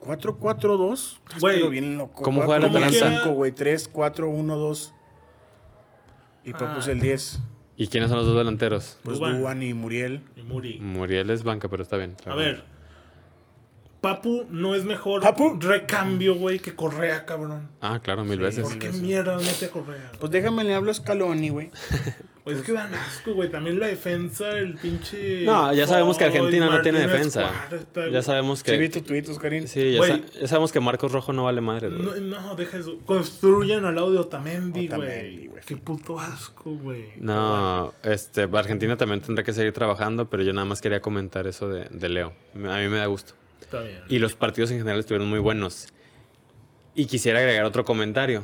Speaker 2: 4-4-2.
Speaker 1: Güey,
Speaker 2: Pero bien loco.
Speaker 3: ¿cómo juega el
Speaker 2: Como
Speaker 1: Atalanta?
Speaker 2: cinco, güey. 3-4-1-2.
Speaker 1: Ah.
Speaker 2: Y pues puse el 10.
Speaker 3: ¿Y quiénes son los dos delanteros?
Speaker 2: Pues
Speaker 1: Duván.
Speaker 2: Duan y Muriel.
Speaker 1: Y Muri.
Speaker 3: Muriel es banca, pero está bien.
Speaker 1: A ver. Papu no es mejor
Speaker 2: Papu.
Speaker 1: recambio, güey, que Correa, cabrón.
Speaker 3: Ah, claro, mil veces.
Speaker 1: ¿Por qué mierda mete a Correa?
Speaker 2: Pues déjame le hablo a Scaloni, güey.
Speaker 1: Pues es que dan asco, güey. También la defensa, el pinche.
Speaker 3: No, ya sabemos que
Speaker 1: Foy,
Speaker 3: Argentina no tiene
Speaker 1: Martínez
Speaker 3: defensa.
Speaker 1: Cuarta, güey.
Speaker 3: Ya sabemos
Speaker 2: Sí, vi
Speaker 3: que.
Speaker 2: tu tweet, Oscarín.
Speaker 3: Sí, ya,
Speaker 1: Güey.
Speaker 3: sa- ya sabemos que Marcos Rojo no vale madre. güey.
Speaker 1: No, no, deja eso. Construyen al lado de Otamendi,
Speaker 2: Otamendi,
Speaker 1: güey.
Speaker 2: güey.
Speaker 1: Qué puto asco, güey.
Speaker 3: No, este, Argentina también tendrá que seguir trabajando, pero yo nada más quería comentar eso de, de Leo. Me- A mí me da gusto.
Speaker 1: Está bien.
Speaker 3: Y los partidos en general estuvieron muy buenos. Y quisiera agregar otro comentario.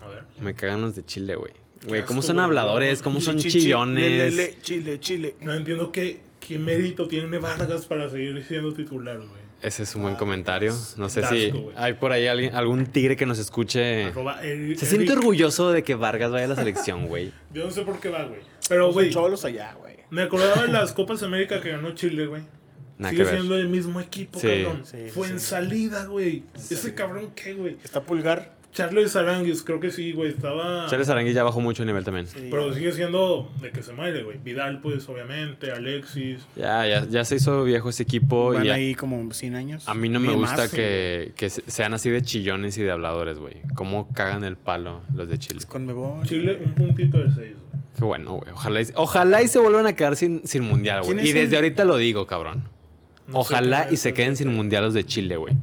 Speaker 1: A ver.
Speaker 3: Me cagan los de Chile, güey. Güey,
Speaker 1: Qué
Speaker 3: ¿cómo
Speaker 1: asco,
Speaker 3: son
Speaker 1: güey.
Speaker 3: habladores? ¿Cómo son
Speaker 2: Chi- chi- chi- le-
Speaker 3: chillones?
Speaker 2: le- le- Chile, Chile.
Speaker 1: No entiendo qué, qué mérito tiene Vargas para seguir siendo titular, güey.
Speaker 3: Ese es un buen comentario. No sé
Speaker 1: Dasco,
Speaker 3: si
Speaker 1: güey.
Speaker 3: hay por ahí alguien, algún tigre que nos escuche.
Speaker 1: Arroba Eric-
Speaker 3: Se siente
Speaker 1: Eric.
Speaker 3: orgulloso de que Vargas vaya a la selección, güey.
Speaker 1: Yo no sé por qué va, güey. Pero,
Speaker 2: Son
Speaker 1: güey,
Speaker 2: Pues Cholos allá, güey.
Speaker 1: me acordaba de las Copas América que ganó Chile, güey.
Speaker 3: Nada
Speaker 1: Sigue
Speaker 3: que ver.
Speaker 1: siendo el mismo equipo,
Speaker 3: Sí.
Speaker 1: cabrón.
Speaker 2: Sí,
Speaker 1: Fue
Speaker 2: sí.
Speaker 1: en salida, güey. Ese cabrón, ¿qué, güey?
Speaker 2: Está Pulgar.
Speaker 1: Charles Aranguis, creo que sí, güey. Estaba.
Speaker 3: Charles Arangui ya bajó mucho de nivel también.
Speaker 1: Pero sigue siendo de que se muere, güey. Vidal, pues, obviamente. Alexis.
Speaker 3: Ya, ya, ya se hizo viejo ese equipo
Speaker 2: Van
Speaker 3: y a,
Speaker 2: ahí como 100 años.
Speaker 3: a mí no me
Speaker 2: Ni
Speaker 3: gusta
Speaker 2: más,
Speaker 3: que, que se- sean así de chillones y de habladores, güey. ¿Cómo cagan el palo los de Chile?
Speaker 2: güey. Con Mebol.
Speaker 1: Chile, un puntito de seis, güey.
Speaker 3: Qué bueno, güey. Ojalá, y- ojalá y se vuelvan a quedar sin, sin mundial,
Speaker 2: ¿Quién
Speaker 3: güey. Y
Speaker 2: es
Speaker 3: desde
Speaker 2: el-
Speaker 3: ahorita lo digo, cabrón.
Speaker 1: No sé
Speaker 3: ojalá
Speaker 1: qué
Speaker 3: y se
Speaker 1: hacer.
Speaker 3: queden sin mundial los de Chile, güey.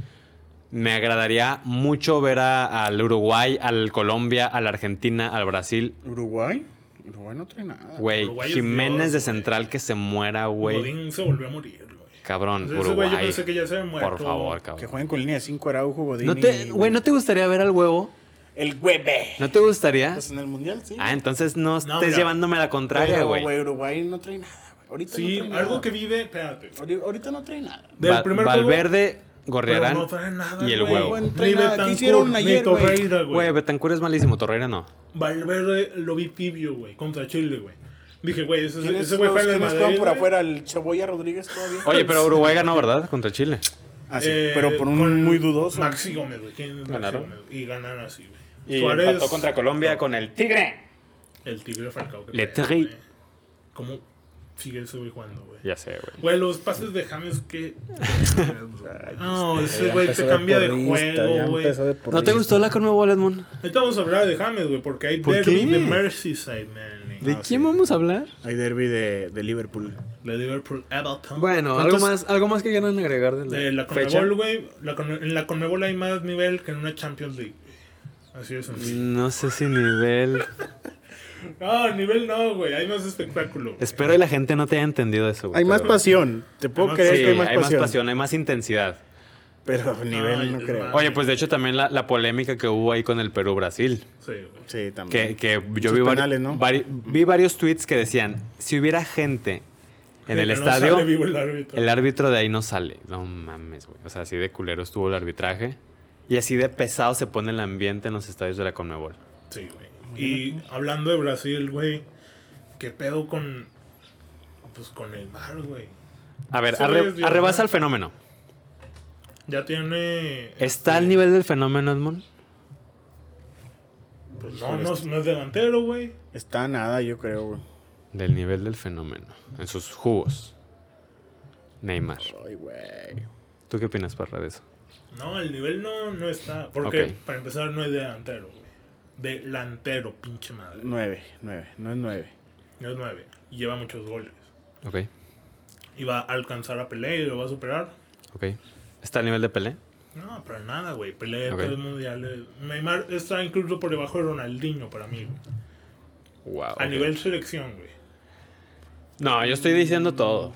Speaker 3: Me agradaría mucho ver a- al Uruguay, al Colombia, a la Argentina, al Brasil.
Speaker 2: Uruguay. Uruguay no trae nada.
Speaker 3: Güey,
Speaker 1: Uruguay es
Speaker 3: Jiménez
Speaker 1: Dios,
Speaker 3: de
Speaker 1: güey.
Speaker 3: central que se muera, güey.
Speaker 1: Godín se volvió a morir, güey.
Speaker 3: Cabrón,
Speaker 1: Ese güey,
Speaker 3: Uruguay.
Speaker 1: yo pensé que ya se había muerto.
Speaker 3: Por favor,
Speaker 2: Que
Speaker 3: cabrón.
Speaker 2: jueguen con línea 5 Araujo, Godín.
Speaker 3: ¿No te,
Speaker 2: y-
Speaker 3: güey, ¿no te gustaría ver al huevo?
Speaker 2: El hueve.
Speaker 3: ¿No te gustaría?
Speaker 2: Pues en el mundial, sí.
Speaker 3: Ah, entonces no
Speaker 1: No,
Speaker 3: estés
Speaker 1: mira.
Speaker 3: llevándome a la contraria,
Speaker 2: Pero,
Speaker 3: güey.
Speaker 2: Uruguay no trae nada, güey. Ahorita
Speaker 1: Sí,
Speaker 2: no trae
Speaker 1: algo
Speaker 2: nada.
Speaker 1: que vive. Espérate.
Speaker 2: Ahori- Ahorita no trae nada.
Speaker 1: Del
Speaker 3: Va-
Speaker 1: primer juego-
Speaker 3: Valverde,
Speaker 1: Pero
Speaker 3: Gorriarán
Speaker 1: no trae nada,
Speaker 3: y el
Speaker 1: güey.
Speaker 3: huevo.
Speaker 2: Bueno,
Speaker 1: Ni
Speaker 2: trae nada. ¿Qué
Speaker 1: Betancourt,
Speaker 2: hicieron
Speaker 1: ni
Speaker 2: ayer, güey?
Speaker 1: Torreira,
Speaker 3: Güey, Betancourt es malísimo, Torreira no.
Speaker 1: Valverde lo vi tibio, güey, contra Chile, güey. Dije, güey, ese
Speaker 2: ¿Quiénes
Speaker 1: ese güey
Speaker 2: los-
Speaker 1: juega en el
Speaker 2: quiénes
Speaker 1: Madrid.
Speaker 2: juegan por
Speaker 1: güey.
Speaker 2: afuera? El Chaboya Rodríguez todavía.
Speaker 3: Oye, pero Uruguay ganó, ¿verdad? Contra Chile.
Speaker 2: Ah, sí,
Speaker 1: Eh,
Speaker 2: pero por
Speaker 1: con
Speaker 2: un muy dudoso.
Speaker 1: Maxi Gómez, güey. ¿Quién es Maxi
Speaker 3: Ganaron.
Speaker 1: Gómez? Y ganaron así, güey.
Speaker 3: Y
Speaker 1: Suárez,
Speaker 3: empató contra Colombia con el Tigre.
Speaker 1: el Tigre Falcao. que
Speaker 3: Le
Speaker 1: trae,
Speaker 3: Tigre.
Speaker 1: güey. ¿Cómo sigue ese güey jugando, güey.
Speaker 3: Ya sé, güey.
Speaker 1: Güey, los pases de James que. No, ese
Speaker 4: Ya
Speaker 1: güey
Speaker 4: empezó
Speaker 1: te cambia de
Speaker 4: porrista, ya
Speaker 1: juego, güey.
Speaker 4: empezó de
Speaker 3: ¿No te
Speaker 4: porrista.
Speaker 3: gustó la Conmebol, Edmond?
Speaker 1: Ahorita vamos a hablar de James, güey, porque hay
Speaker 3: ¿Por
Speaker 1: derby
Speaker 3: qué?
Speaker 1: de Merseyside, man. Ah,
Speaker 3: ¿De quién vamos a hablar?
Speaker 2: Hay derby de, de Liverpool.
Speaker 1: De Liverpool Everton.
Speaker 3: Bueno, algo
Speaker 2: ¿Cuántos-
Speaker 3: más, algo más que quieran agregar de la,
Speaker 1: De la
Speaker 3: fecha.
Speaker 1: Conmebol, güey. la Conme- En la Conmebol hay más nivel que en una Champions League. güey. Así de sencillo.
Speaker 3: No sé si nivel. Mm.
Speaker 1: No, nivel no, güey. Hay más espectáculo. güey.
Speaker 3: Espero y la gente no te haya entendido eso. güey,
Speaker 2: Hay más
Speaker 3: pero-
Speaker 2: pasión. Te
Speaker 1: Hay
Speaker 2: puedo
Speaker 1: más
Speaker 2: creer
Speaker 3: Sí,
Speaker 2: que hay más, pasión,
Speaker 3: hay más intensidad.
Speaker 2: Pero nivel
Speaker 1: Ay,
Speaker 2: no creo.
Speaker 1: hermano.
Speaker 3: Oye, pues de hecho también la, la polémica que hubo ahí con el Perú-Brasil.
Speaker 1: Sí, güey.
Speaker 2: Sí,
Speaker 3: Que,
Speaker 2: también.
Speaker 3: que yo
Speaker 2: Muchos
Speaker 3: vi, vari-
Speaker 2: penales, ¿no?
Speaker 3: vari- vi varios tweets que decían, si hubiera gente en
Speaker 1: Que
Speaker 3: el
Speaker 1: no
Speaker 3: estadio,
Speaker 1: sale vivo el árbitro.
Speaker 3: el árbitro de ahí no sale. No mames, güey. O sea, así de culero estuvo el arbitraje. Y así de pesado se pone el ambiente en los estadios de la Conmebol.
Speaker 1: Sí, güey. Y hablando de Brasil, güey, ¿qué pedo con. Pues con el mar, güey?
Speaker 3: A ver,
Speaker 1: Sí,
Speaker 3: arre-
Speaker 1: es bien,
Speaker 3: arrebasa
Speaker 1: ¿no?
Speaker 3: el fenómeno.
Speaker 1: Ya tiene. eh,
Speaker 3: ¿Está al nivel del fenómeno, Edmond?
Speaker 1: Pues no, no, no es delantero, güey.
Speaker 2: Está nada, yo creo, güey.
Speaker 3: Del nivel del fenómeno. En sus jugos. Neymar.
Speaker 2: Ay, güey.
Speaker 3: ¿Tú qué opinas, Parra, de eso?
Speaker 1: No, el nivel no, no está. Porque
Speaker 3: Ok.
Speaker 1: para empezar no es delantero, güey. Delantero, pinche madre.
Speaker 2: Nueve, nueve, no es nueve.
Speaker 1: No es nueve. Y lleva muchos goles.
Speaker 3: Ok,
Speaker 1: Y va a alcanzar a Pelé y lo va a superar.
Speaker 3: ok. ¿Está al nivel de Pelé?
Speaker 1: No, para nada, güey. Pelé de
Speaker 3: Ok.
Speaker 1: tres mundiales. Neymar está incluso por debajo de Ronaldinho para mí. güey.
Speaker 3: Wow.
Speaker 1: A nivel selección, güey.
Speaker 3: No, yo estoy diciendo todo.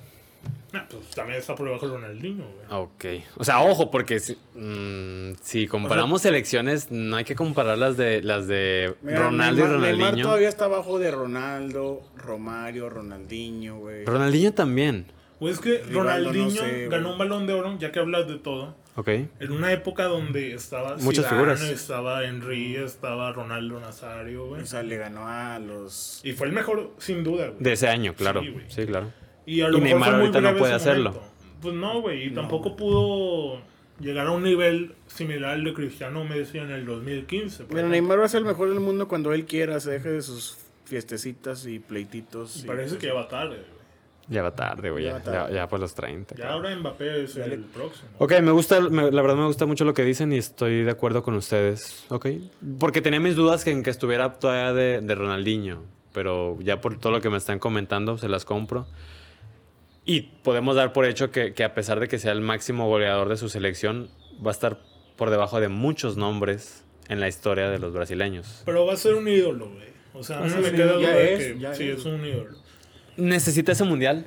Speaker 1: No, pues también está por debajo de Ronaldinho, güey.
Speaker 3: Ok. O sea, ojo, porque si, mm, si comparamos selecciones, no hay que comparar las de, las de
Speaker 2: Mira,
Speaker 3: Ronaldo
Speaker 2: Neymar-
Speaker 3: y
Speaker 2: Neymar
Speaker 3: Ronaldinho.
Speaker 2: todavía está abajo de Ronaldo, Romario, Ronaldinho, güey.
Speaker 3: Ronaldinho también.
Speaker 1: Pues es que
Speaker 2: Rivaldo, no
Speaker 1: Ronaldinho
Speaker 2: sé,
Speaker 1: ganó
Speaker 2: güey.
Speaker 1: un balón de oro, ya que hablas de todo.
Speaker 3: Ok.
Speaker 1: En una época donde estaba
Speaker 3: Muchas figuras.
Speaker 1: estaba Henry, estaba Ronaldo Nazario, güey.
Speaker 2: O sea, le ganó a los...
Speaker 1: Y fue el mejor, sin duda, güey.
Speaker 3: De ese año, claro.
Speaker 1: Sí,
Speaker 3: Sí,
Speaker 1: güey.
Speaker 3: claro.
Speaker 1: Y a
Speaker 3: Y
Speaker 1: mejor
Speaker 3: Neymar
Speaker 1: fue muy
Speaker 3: ahorita no
Speaker 1: breve
Speaker 3: puede
Speaker 1: ese
Speaker 3: hacerlo.
Speaker 1: momento. Pues no, güey. Y tampoco pudo llegar a un nivel similar al de Cristiano Messi en el 2015. por
Speaker 2: Mira,
Speaker 1: ejemplo.
Speaker 2: Neymar va a ser el mejor del mundo cuando él quiera, se deje de sus fiestecitas y pleititos.
Speaker 1: Y
Speaker 2: y-
Speaker 1: parece que ya va tarde, güey.
Speaker 3: Ya va tarde, güey.
Speaker 2: Ya
Speaker 3: Ya,
Speaker 2: va tarde.
Speaker 3: ya- ya por los 30.
Speaker 1: Ya
Speaker 3: cabrón.
Speaker 1: ahora Mbappé es el próximo.
Speaker 3: Ok, me gusta, me- la verdad me gusta mucho lo que dicen y estoy de acuerdo con ustedes. Ok. Porque tenía mis dudas que en que estuviera todavía de, de Ronaldinho. Pero ya por todo lo que me están comentando, se las compro. Y podemos dar por hecho que, que a pesar de que sea el máximo goleador de su selección, va a estar por debajo de muchos nombres en la historia de los brasileños.
Speaker 1: Pero va a ser un ídolo, güey. O sea, no
Speaker 2: ser
Speaker 1: me
Speaker 2: un
Speaker 1: queda
Speaker 2: ídolo. Ah, Ya
Speaker 1: duda de
Speaker 2: es,
Speaker 1: que
Speaker 2: ya
Speaker 1: sí
Speaker 2: es.
Speaker 1: es un ídolo.
Speaker 3: Necesita ese mundial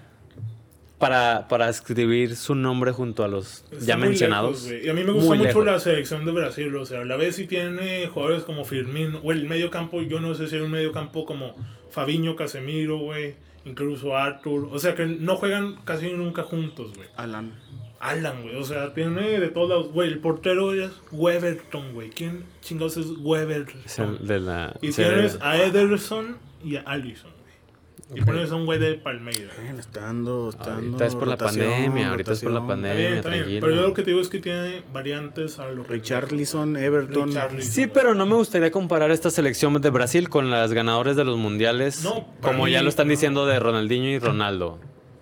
Speaker 3: para, para escribir su nombre junto a los
Speaker 1: Está
Speaker 3: ya
Speaker 1: muy
Speaker 3: mencionados.
Speaker 1: lejos, güey. y a mí me gusta
Speaker 3: Muy
Speaker 1: mucho
Speaker 3: lejos.
Speaker 1: la selección de Brasil. O sea, a la vez si tiene jugadores como Firmín, o el medio campo, yo no sé si hay un medio campo como Fabiño, Casemiro, güey. Incluso Arthur. O sea, que no juegan casi nunca juntos, güey.
Speaker 2: Alan.
Speaker 1: Alan, güey. O sea, tiene de todos lados. Güey, el portero es Weberton, güey. ¿Quién chingados es Weberton?
Speaker 3: Es el de la-
Speaker 1: Y
Speaker 3: se-
Speaker 1: tienes a Ederson y a Allison, güey. Y pones a un güey de Palmeiras.
Speaker 3: Eh,
Speaker 2: Bueno, Está dando, está dando
Speaker 3: Ahorita es por la
Speaker 2: rotación,
Speaker 3: pandemia, ahorita es por la
Speaker 2: rotación.
Speaker 3: pandemia.
Speaker 1: Está bien, está bien.
Speaker 3: tranquilo.
Speaker 1: Pero yo lo que te digo es que tiene variantes a lo que-
Speaker 2: Richarlison, Everton.
Speaker 1: Richarlison,
Speaker 3: Sí,
Speaker 1: güey.
Speaker 3: pero no me gustaría comparar esta selección de Brasil con las ganadoras de los mundiales,
Speaker 1: No, para
Speaker 3: como
Speaker 1: mí,
Speaker 3: ya lo están
Speaker 1: no.
Speaker 3: diciendo de Ronaldinho y Ronaldo.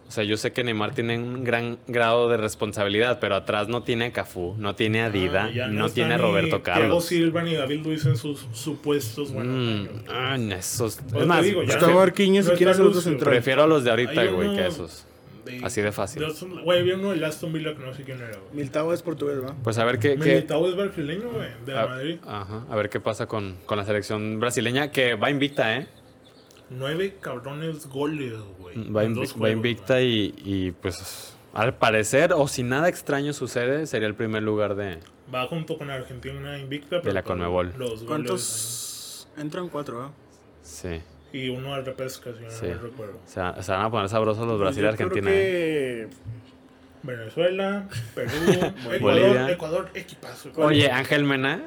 Speaker 3: O sea, yo sé que Neymar tiene un gran grado de responsabilidad, pero atrás no tiene a Cafú, no tiene a Dida,
Speaker 1: Ah, ya
Speaker 3: no,
Speaker 1: está
Speaker 3: tiene a
Speaker 1: ni
Speaker 3: Roberto
Speaker 1: Thiago
Speaker 3: Carlos.
Speaker 1: Silva ni David Luis en sus supuestos buenos
Speaker 3: Mm,
Speaker 1: años.
Speaker 3: ah, no, esos-
Speaker 1: Pues
Speaker 3: es
Speaker 1: te
Speaker 3: más,
Speaker 1: digo, ya-
Speaker 2: Gustavo Arquiñez, si
Speaker 1: No
Speaker 2: quieres
Speaker 1: está
Speaker 2: ser otro
Speaker 1: Lucio.
Speaker 2: central.
Speaker 3: prefiero a los de ahorita,
Speaker 1: Hay
Speaker 3: güey, que
Speaker 1: uno-
Speaker 3: a esos. Así de fácil.
Speaker 1: de Aston- Güey, había uno del Aston Villa que no sé quién era, güey.
Speaker 2: Miltao es portugués, ¿va?
Speaker 3: Pues a ver qué... qué-
Speaker 1: Militao es brasileño, güey, de
Speaker 3: a,
Speaker 1: Madrid.
Speaker 3: ajá, a ver qué pasa con, con la selección brasileña, que va invicta, ¿eh?
Speaker 1: Nueve cabrones goles, güey.
Speaker 3: Va,
Speaker 1: en
Speaker 3: invi-
Speaker 1: dos
Speaker 3: va
Speaker 1: juegos,
Speaker 3: invicta y, y, pues al parecer o si nada extraño sucede sería el primer lugar de...
Speaker 1: güey. Va junto con Argentina invicta.
Speaker 3: la
Speaker 1: con
Speaker 3: Conmebol.
Speaker 1: los goles,
Speaker 2: ¿Cuántos? Entran cuatro, ¿va?
Speaker 3: Sí.
Speaker 1: Y uno al repesca, si no
Speaker 3: Sí.
Speaker 1: me recuerdo.
Speaker 3: Se, va- se van a poner sabrosos
Speaker 1: Pues
Speaker 3: los Brasil y
Speaker 2: Yo
Speaker 3: Argentina.
Speaker 2: Creo
Speaker 3: ¿eh?
Speaker 2: que...
Speaker 1: Venezuela, Perú, Ecuador,
Speaker 3: <laughs> Bolivia.
Speaker 1: Ecuador, equipazo. güey.
Speaker 3: Oye, Ángel Mena.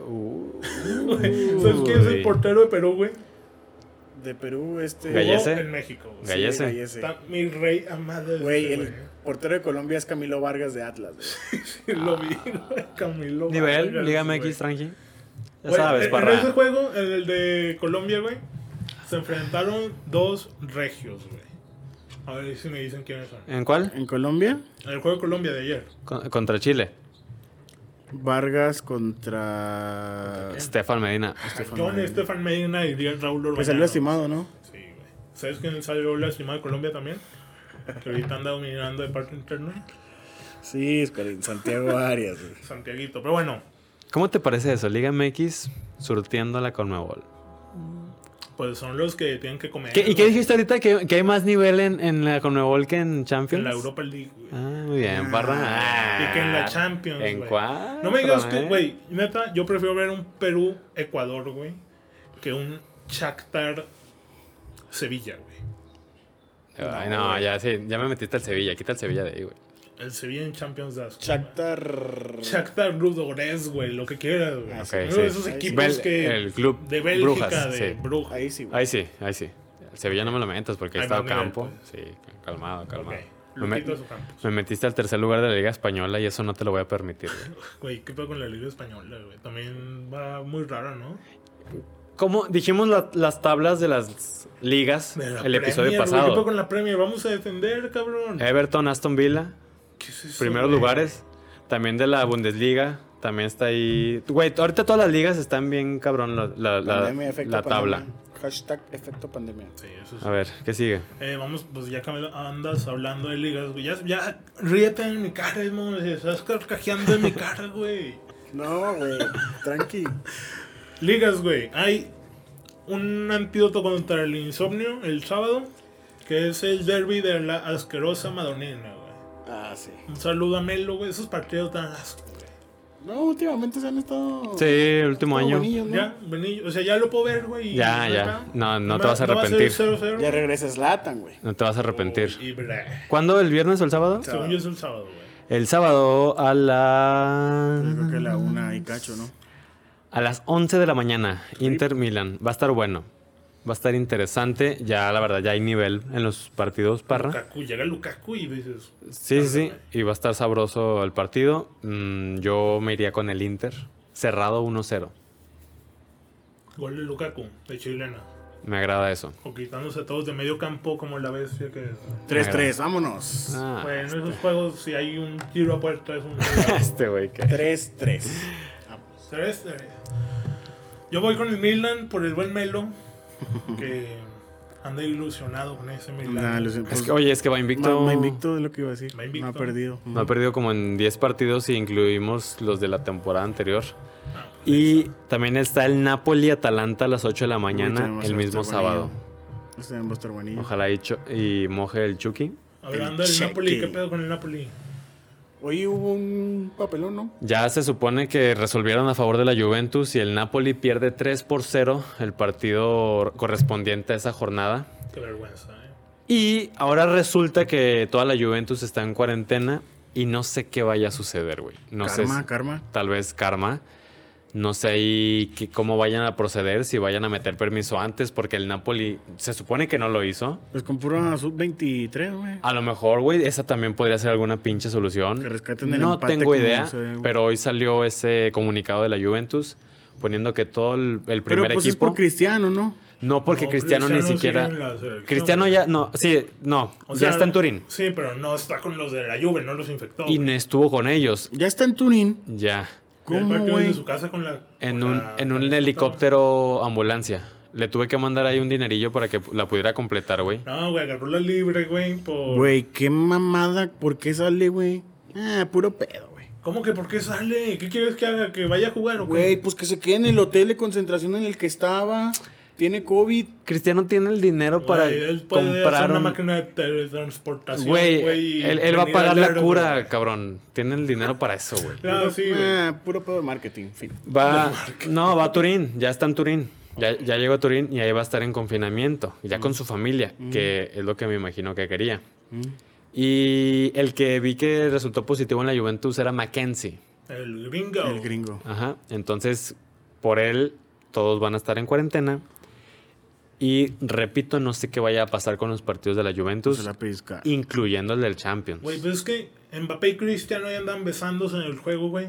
Speaker 1: <laughs>
Speaker 3: uh,
Speaker 1: ¿sabes quién es el
Speaker 3: uy.
Speaker 1: portero de Perú, güey?
Speaker 2: De Perú, este...
Speaker 1: Jugó
Speaker 3: Gallese.
Speaker 1: En México. güey.
Speaker 3: Gallese. Gallese.
Speaker 1: Está mi rey amado. ese,
Speaker 2: Güey, el
Speaker 1: <laughs>
Speaker 2: portero de Colombia es Camilo Vargas de Atlas, güey.
Speaker 1: Lo vi, güey, Camilo.
Speaker 3: Nivel,
Speaker 1: Vargas,
Speaker 3: Liga
Speaker 1: güey.
Speaker 3: MX, tranqui. Ya
Speaker 1: Güey,
Speaker 3: sabes,
Speaker 1: en- En ese
Speaker 3: parra.
Speaker 1: juego, en el de Colombia, güey, se enfrentaron dos regios, güey. A ver si me dicen quiénes son.
Speaker 3: ¿En cuál?
Speaker 2: En Colombia,
Speaker 1: El juego de Colombia de ayer.
Speaker 3: Con- contra Chile.
Speaker 2: Vargas contra.
Speaker 3: Stefan Medina.
Speaker 1: John Estefan Medina y Díaz Raúl Urbano.
Speaker 2: Pues salió lastimado, ¿no?
Speaker 1: Sí, güey. ¿Sabes quién salió lastimado de Colombia también? Que ahorita anda dominando de parte interna.
Speaker 2: Sí, es que Santiago Arias. güey.
Speaker 1: Santiaguito. Pero bueno,
Speaker 3: ¿Cómo te parece eso? Liga MX surtiéndola con Conmebol.
Speaker 1: pues son los que tienen que comer.
Speaker 3: ¿Qué- ¿Y qué
Speaker 1: güey,
Speaker 3: dijiste ahorita? ¿Que, que hay más nivel en, en la Conmebol que en Champions?
Speaker 1: En la Europa League, güey.
Speaker 3: Ah, muy bien, Parra.
Speaker 1: Y que en la Champions,
Speaker 3: ¿En
Speaker 1: güey.
Speaker 3: cuál? ¿eh?
Speaker 1: No me digas que, güey, neta, yo prefiero ver un Perú-Ecuador, güey, que un Shakhtar-Sevilla, güey.
Speaker 3: Ay, no, ya, sí, ya me metiste al Sevilla. Quita el Sevilla de ahí, güey.
Speaker 1: El Sevilla en Champions de asco,
Speaker 2: Shakhtar.
Speaker 1: güey. Shakhtar, Ludogorets, güey, lo que quieras, güey.
Speaker 2: Ah,
Speaker 3: Ok,
Speaker 1: Uno
Speaker 3: sí.
Speaker 1: de esos
Speaker 2: Ahí sí.
Speaker 1: equipos
Speaker 3: Bel-
Speaker 1: que...
Speaker 3: el club
Speaker 1: de Bélgica,
Speaker 3: Brujas,
Speaker 1: de
Speaker 3: sí.
Speaker 1: Brujas.
Speaker 2: Ahí sí, güey.
Speaker 3: Ahí sí, ahí sí. El Sevilla no me lo metas porque ahí
Speaker 1: Hay
Speaker 3: está
Speaker 1: más nivel,
Speaker 3: Ocampo. Sí, calmado, calmado.
Speaker 1: pues. Ok,
Speaker 3: Me,
Speaker 1: Luquito
Speaker 3: met-
Speaker 1: de su campo.
Speaker 3: me metiste al tercer lugar de la Liga Española y eso no te lo voy a permitir. güey.
Speaker 1: Güey, ¿qué pasa con la Liga Española, güey? También va muy rara, ¿no?
Speaker 3: ¿Cómo? Dijimos la- las tablas de las ligas
Speaker 1: De la
Speaker 3: el episodio
Speaker 1: Premier, güey, ¿Qué pasa
Speaker 3: pasado.
Speaker 1: con la Premier? Vamos a defender, cabrón.
Speaker 3: Everton, Aston Villa,
Speaker 1: ¿Qué es eso,
Speaker 3: primeros
Speaker 1: güey?
Speaker 3: lugares. También de la Bundesliga. También está ahí. Güey, ahorita todas las ligas están bien cabrón la, la- la-
Speaker 2: Pandemia, efecto
Speaker 3: la tabla.
Speaker 2: pandemia. Hashtag efecto pandemia.
Speaker 1: Sí, eso sí.
Speaker 3: A ver, ¿qué sigue?
Speaker 1: Eh, vamos, pues ya que andas hablando de ligas, güey. Ya, ya ríete en mi cara, Edmond. Estás carcajeando en mi cara, güey.
Speaker 2: No, güey. Tranqui.
Speaker 1: Ligas, güey. Hay un antídoto contra el insomnio el sábado, que es el derby de la asquerosa Madonina, güey.
Speaker 2: Ah, sí.
Speaker 1: Un saludo a Melo, güey. Esos partidos tan asco, güey.
Speaker 2: No, últimamente se han estado.
Speaker 3: Sí, el último
Speaker 2: estado
Speaker 3: año.
Speaker 2: buenillos, ¿no?
Speaker 1: Ya, vení, o sea, ya lo puedo ver, güey. y
Speaker 3: Ya, ya.
Speaker 1: neta,
Speaker 3: No, no te
Speaker 1: va-
Speaker 3: vas a
Speaker 1: va ser
Speaker 3: arrepentir.
Speaker 1: 0-0.
Speaker 2: Ya regresas Latan, güey.
Speaker 3: No te vas a arrepentir.
Speaker 1: Y bre.
Speaker 3: ¿Cuándo? ¿El viernes o el sábado?
Speaker 1: Según yo es el sábado, güey.
Speaker 3: El sábado a
Speaker 2: Yo creo que
Speaker 3: la
Speaker 2: la una y cacho, ¿no?
Speaker 3: a las 11 de la mañana, Inter Milan. Va a estar bueno. Va a estar interesante. Ya, la verdad, ya hay nivel en los partidos, Parra.
Speaker 1: Lukaku, llega Lukaku y dices.
Speaker 3: Sí, sí, sí. Y va a estar sabroso el partido. Mm, yo me iría con el Inter. Cerrado 1-0.
Speaker 1: Gol de Lukaku, de chilena.
Speaker 3: Me agrada eso.
Speaker 1: O quitándose a todos de medio campo como la bestia que es.
Speaker 2: 3-3, vámonos.
Speaker 3: Ah,
Speaker 1: bueno, en esos juegos, si hay un tiro a puerta, es un.
Speaker 3: <laughs> este güey que...
Speaker 2: 3-3.
Speaker 1: Tres, eh. Yo voy con el Milan por el buen
Speaker 3: <laughs>
Speaker 1: Melo, que anda ilusionado con ese Milan.
Speaker 2: Nah, lo siento.
Speaker 3: Es que, oye, es que va
Speaker 2: Ma-
Speaker 3: invicto.
Speaker 2: ma invicto es lo que iba a decir.
Speaker 1: Ma invicto.
Speaker 2: No ha perdido.
Speaker 3: No ha perdido como en 10 partidos si incluimos los de la temporada anterior.
Speaker 2: Ah,
Speaker 3: Y también está el Napoli-Atalanta a las 8 de la mañana,
Speaker 2: tenemos
Speaker 3: el
Speaker 2: a
Speaker 3: mismo
Speaker 2: Buster
Speaker 3: sábado.
Speaker 2: Bonillo. Este en Buster Bonillo.
Speaker 3: Ojalá y, cho- y moje el Chucky.
Speaker 1: Hablando del
Speaker 2: Cheque.
Speaker 1: Napoli, ¿qué pedo con el Napoli?
Speaker 2: Hoy hubo un papelón, ¿no?
Speaker 3: Ya se supone que resolvieron a favor de la Juventus y el Napoli pierde 3 por 0 el partido correspondiente a esa jornada.
Speaker 1: Qué vergüenza, eh.
Speaker 3: Y ahora resulta que toda la Juventus está en cuarentena y no sé qué vaya a suceder, güey. No sé.
Speaker 2: karma,
Speaker 3: si-
Speaker 2: karma.
Speaker 3: tal vez karma. No sé ahí qué- cómo vayan a proceder, si vayan a meter permiso antes, porque el Napoli se supone que no lo hizo.
Speaker 2: Pues con pura sub-23, güey.
Speaker 3: A lo mejor, güey, esa también podría ser alguna pinche solución.
Speaker 2: Que rescaten el
Speaker 3: no
Speaker 2: empate
Speaker 3: tengo
Speaker 2: como
Speaker 3: idea,
Speaker 2: se ve, güey.
Speaker 3: pero hoy salió ese comunicado de la Juventus poniendo que todo el, el
Speaker 2: Pero
Speaker 3: primer
Speaker 2: pues es
Speaker 3: equipo...
Speaker 2: por Cristiano, ¿no?
Speaker 3: No, porque
Speaker 1: No,
Speaker 3: Cristiano,
Speaker 1: Cristiano
Speaker 3: ni siquiera...
Speaker 1: sigue en la selección,
Speaker 3: Cristiano
Speaker 1: güey.
Speaker 3: ya... No, sí, no,
Speaker 1: O
Speaker 3: ya
Speaker 1: sea,
Speaker 3: está en Turín.
Speaker 1: Sí, pero no está con los de la Juve, no los infectó.
Speaker 3: Y no estuvo con ellos.
Speaker 2: Ya está en Turín.
Speaker 3: Ya.
Speaker 1: ¿Cómo,
Speaker 2: ¿Cómo, güey?
Speaker 1: de su casa con la...
Speaker 3: En
Speaker 1: con
Speaker 3: un,
Speaker 1: la-
Speaker 3: en
Speaker 1: con
Speaker 3: un
Speaker 1: la-
Speaker 3: helicóptero ambulancia. Le tuve que mandar ahí un dinerillo para que la pudiera completar, güey.
Speaker 1: No, güey, agarró la libre, güey, por...
Speaker 2: Güey, qué mamada. ¿Por qué sale, güey? Ah, puro pedo, güey.
Speaker 1: ¿Cómo que por qué sale? ¿Qué quieres que haga? ¿Que vaya a jugar o qué?
Speaker 2: Güey, pues que se quede en el hotel de concentración en el que estaba. Tiene COVID.
Speaker 3: Cristiano tiene el dinero para
Speaker 1: Güey, él puede hacer
Speaker 3: comprar
Speaker 1: una
Speaker 3: un-
Speaker 1: máquina de teletransportación,
Speaker 3: Güey,
Speaker 1: y
Speaker 3: él, él va a
Speaker 1: venir
Speaker 3: pagar
Speaker 1: al
Speaker 3: la
Speaker 1: aeropuerto.
Speaker 3: cura, cabrón. Tiene el dinero para eso, güey.
Speaker 1: Claro, sí, güey.
Speaker 2: Ah, puro pedo de marketing. Fin.
Speaker 3: Va, no, va a Turín, ya está en Turín. Ya, ya llegó a Turín y ahí va a estar en confinamiento, ya con su familia, que es lo que me imagino que quería. Y el que vi que resultó positivo en la Juventus era Mackenzie.
Speaker 1: El gringo.
Speaker 2: El gringo.
Speaker 3: Ajá. Entonces, por él, todos van a estar en cuarentena. Y repito, no sé qué vaya a pasar con los partidos de la
Speaker 2: Se
Speaker 3: Juventus,
Speaker 2: Pues la pizca.
Speaker 3: incluyendo el del Champions.
Speaker 1: Güey, pues es que Mbappé y Cristiano ya andan besándose en el juego, güey.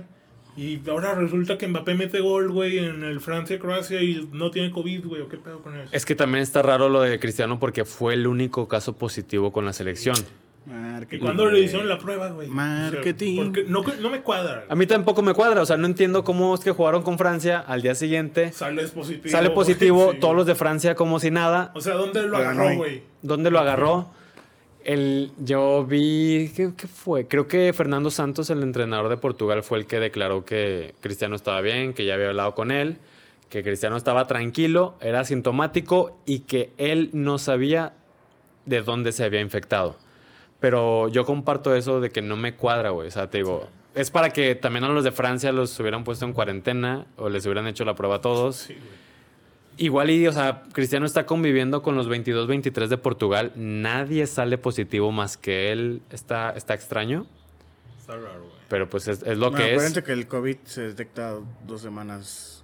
Speaker 1: Y ahora resulta que Mbappé mete gol, güey, en el Francia-Croacia y no tiene COVID, güey. ¿o ¿Qué pedo con eso?
Speaker 3: Es que también está raro lo de Cristiano porque fue el único caso positivo con la selección.
Speaker 1: ¿Y
Speaker 2: Marketing.
Speaker 1: cuándo le hicieron la prueba, güey? O sea,
Speaker 2: Marketing.
Speaker 1: porque no, no me cuadra.
Speaker 3: A mí tampoco me cuadra, o sea, no entiendo cómo es que jugaron con Francia al día siguiente.
Speaker 1: Sale positivo. <laughs>
Speaker 3: Sale positivo,
Speaker 1: güey, sí.
Speaker 3: todos los de Francia como si nada.
Speaker 1: O sea, ¿dónde lo
Speaker 2: Pero
Speaker 1: agarró,
Speaker 2: no.
Speaker 1: güey?
Speaker 3: ¿Dónde lo agarró? El, yo vi, ¿qué, qué fue? Creo que Fernando Santos, el entrenador de Portugal, fue el que declaró que Cristiano estaba bien, que ya había hablado con él, que Cristiano estaba tranquilo, era asintomático y que él no sabía de dónde se había infectado. Pero yo comparto eso de que no me cuadra, güey. O sea, te digo, es para que también a los de Francia los hubieran puesto en cuarentena o les hubieran hecho la prueba a todos.
Speaker 1: Sí, güey.
Speaker 3: Igual y, o sea, Cristiano está conviviendo con los 22-23 de Portugal. Nadie sale positivo más que él. Está, está extraño,
Speaker 1: Está raro, güey.
Speaker 3: pero pues es, es lo
Speaker 2: Bueno,
Speaker 3: que es.
Speaker 2: acuérdense que el COVID se detecta dos semanas.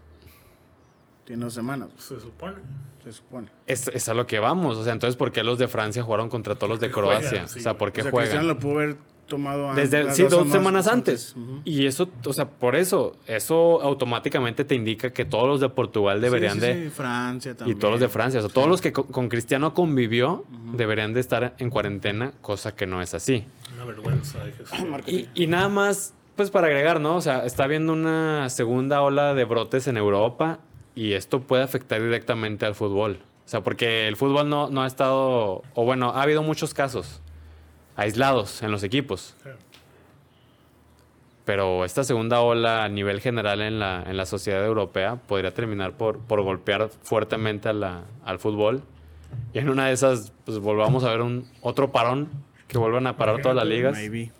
Speaker 2: Tiene dos semanas,
Speaker 1: Se supone.
Speaker 2: se supone.
Speaker 3: es. es a lo que vamos. O sea, entonces, ¿por qué los de Francia jugaron contra
Speaker 2: <laughs>
Speaker 3: todos los de
Speaker 1: Porque juegan,
Speaker 3: Croacia?
Speaker 1: sí,
Speaker 3: o sea,
Speaker 1: güey.
Speaker 3: ¿por qué
Speaker 2: o sea,
Speaker 3: juegan?
Speaker 2: Cristiano lo pudo haber tomado an-
Speaker 3: Desde
Speaker 2: las
Speaker 3: sí, dos semanas antes.
Speaker 2: Ujú.
Speaker 3: Y eso, o sea, por eso, eso automáticamente te indica que todos los de Portugal deberían
Speaker 2: Sí, sí,
Speaker 3: de.
Speaker 2: sí, Francia
Speaker 3: Y
Speaker 2: también.
Speaker 3: todos los de Francia, o sea, todos los que co- con Cristiano convivió deberían de estar en cuarentena, cosa que no es así.
Speaker 1: Una vergüenza. dije, sí.
Speaker 3: Y, y nada más, pues para agregar, ¿no? O sea, está habiendo una segunda ola de brotes en Europa y esto puede afectar directamente al fútbol. O sea, porque el fútbol no, no ha estado, o bueno, ha habido muchos casos aislados en los equipos, pero esta segunda ola a nivel general en la, en la sociedad europea podría terminar por, por golpear fuertemente a la- al fútbol. Y en una de esas, pues volvamos a ver un otro parón, que vuelvan a parar todas las ligas.
Speaker 2: Maybe.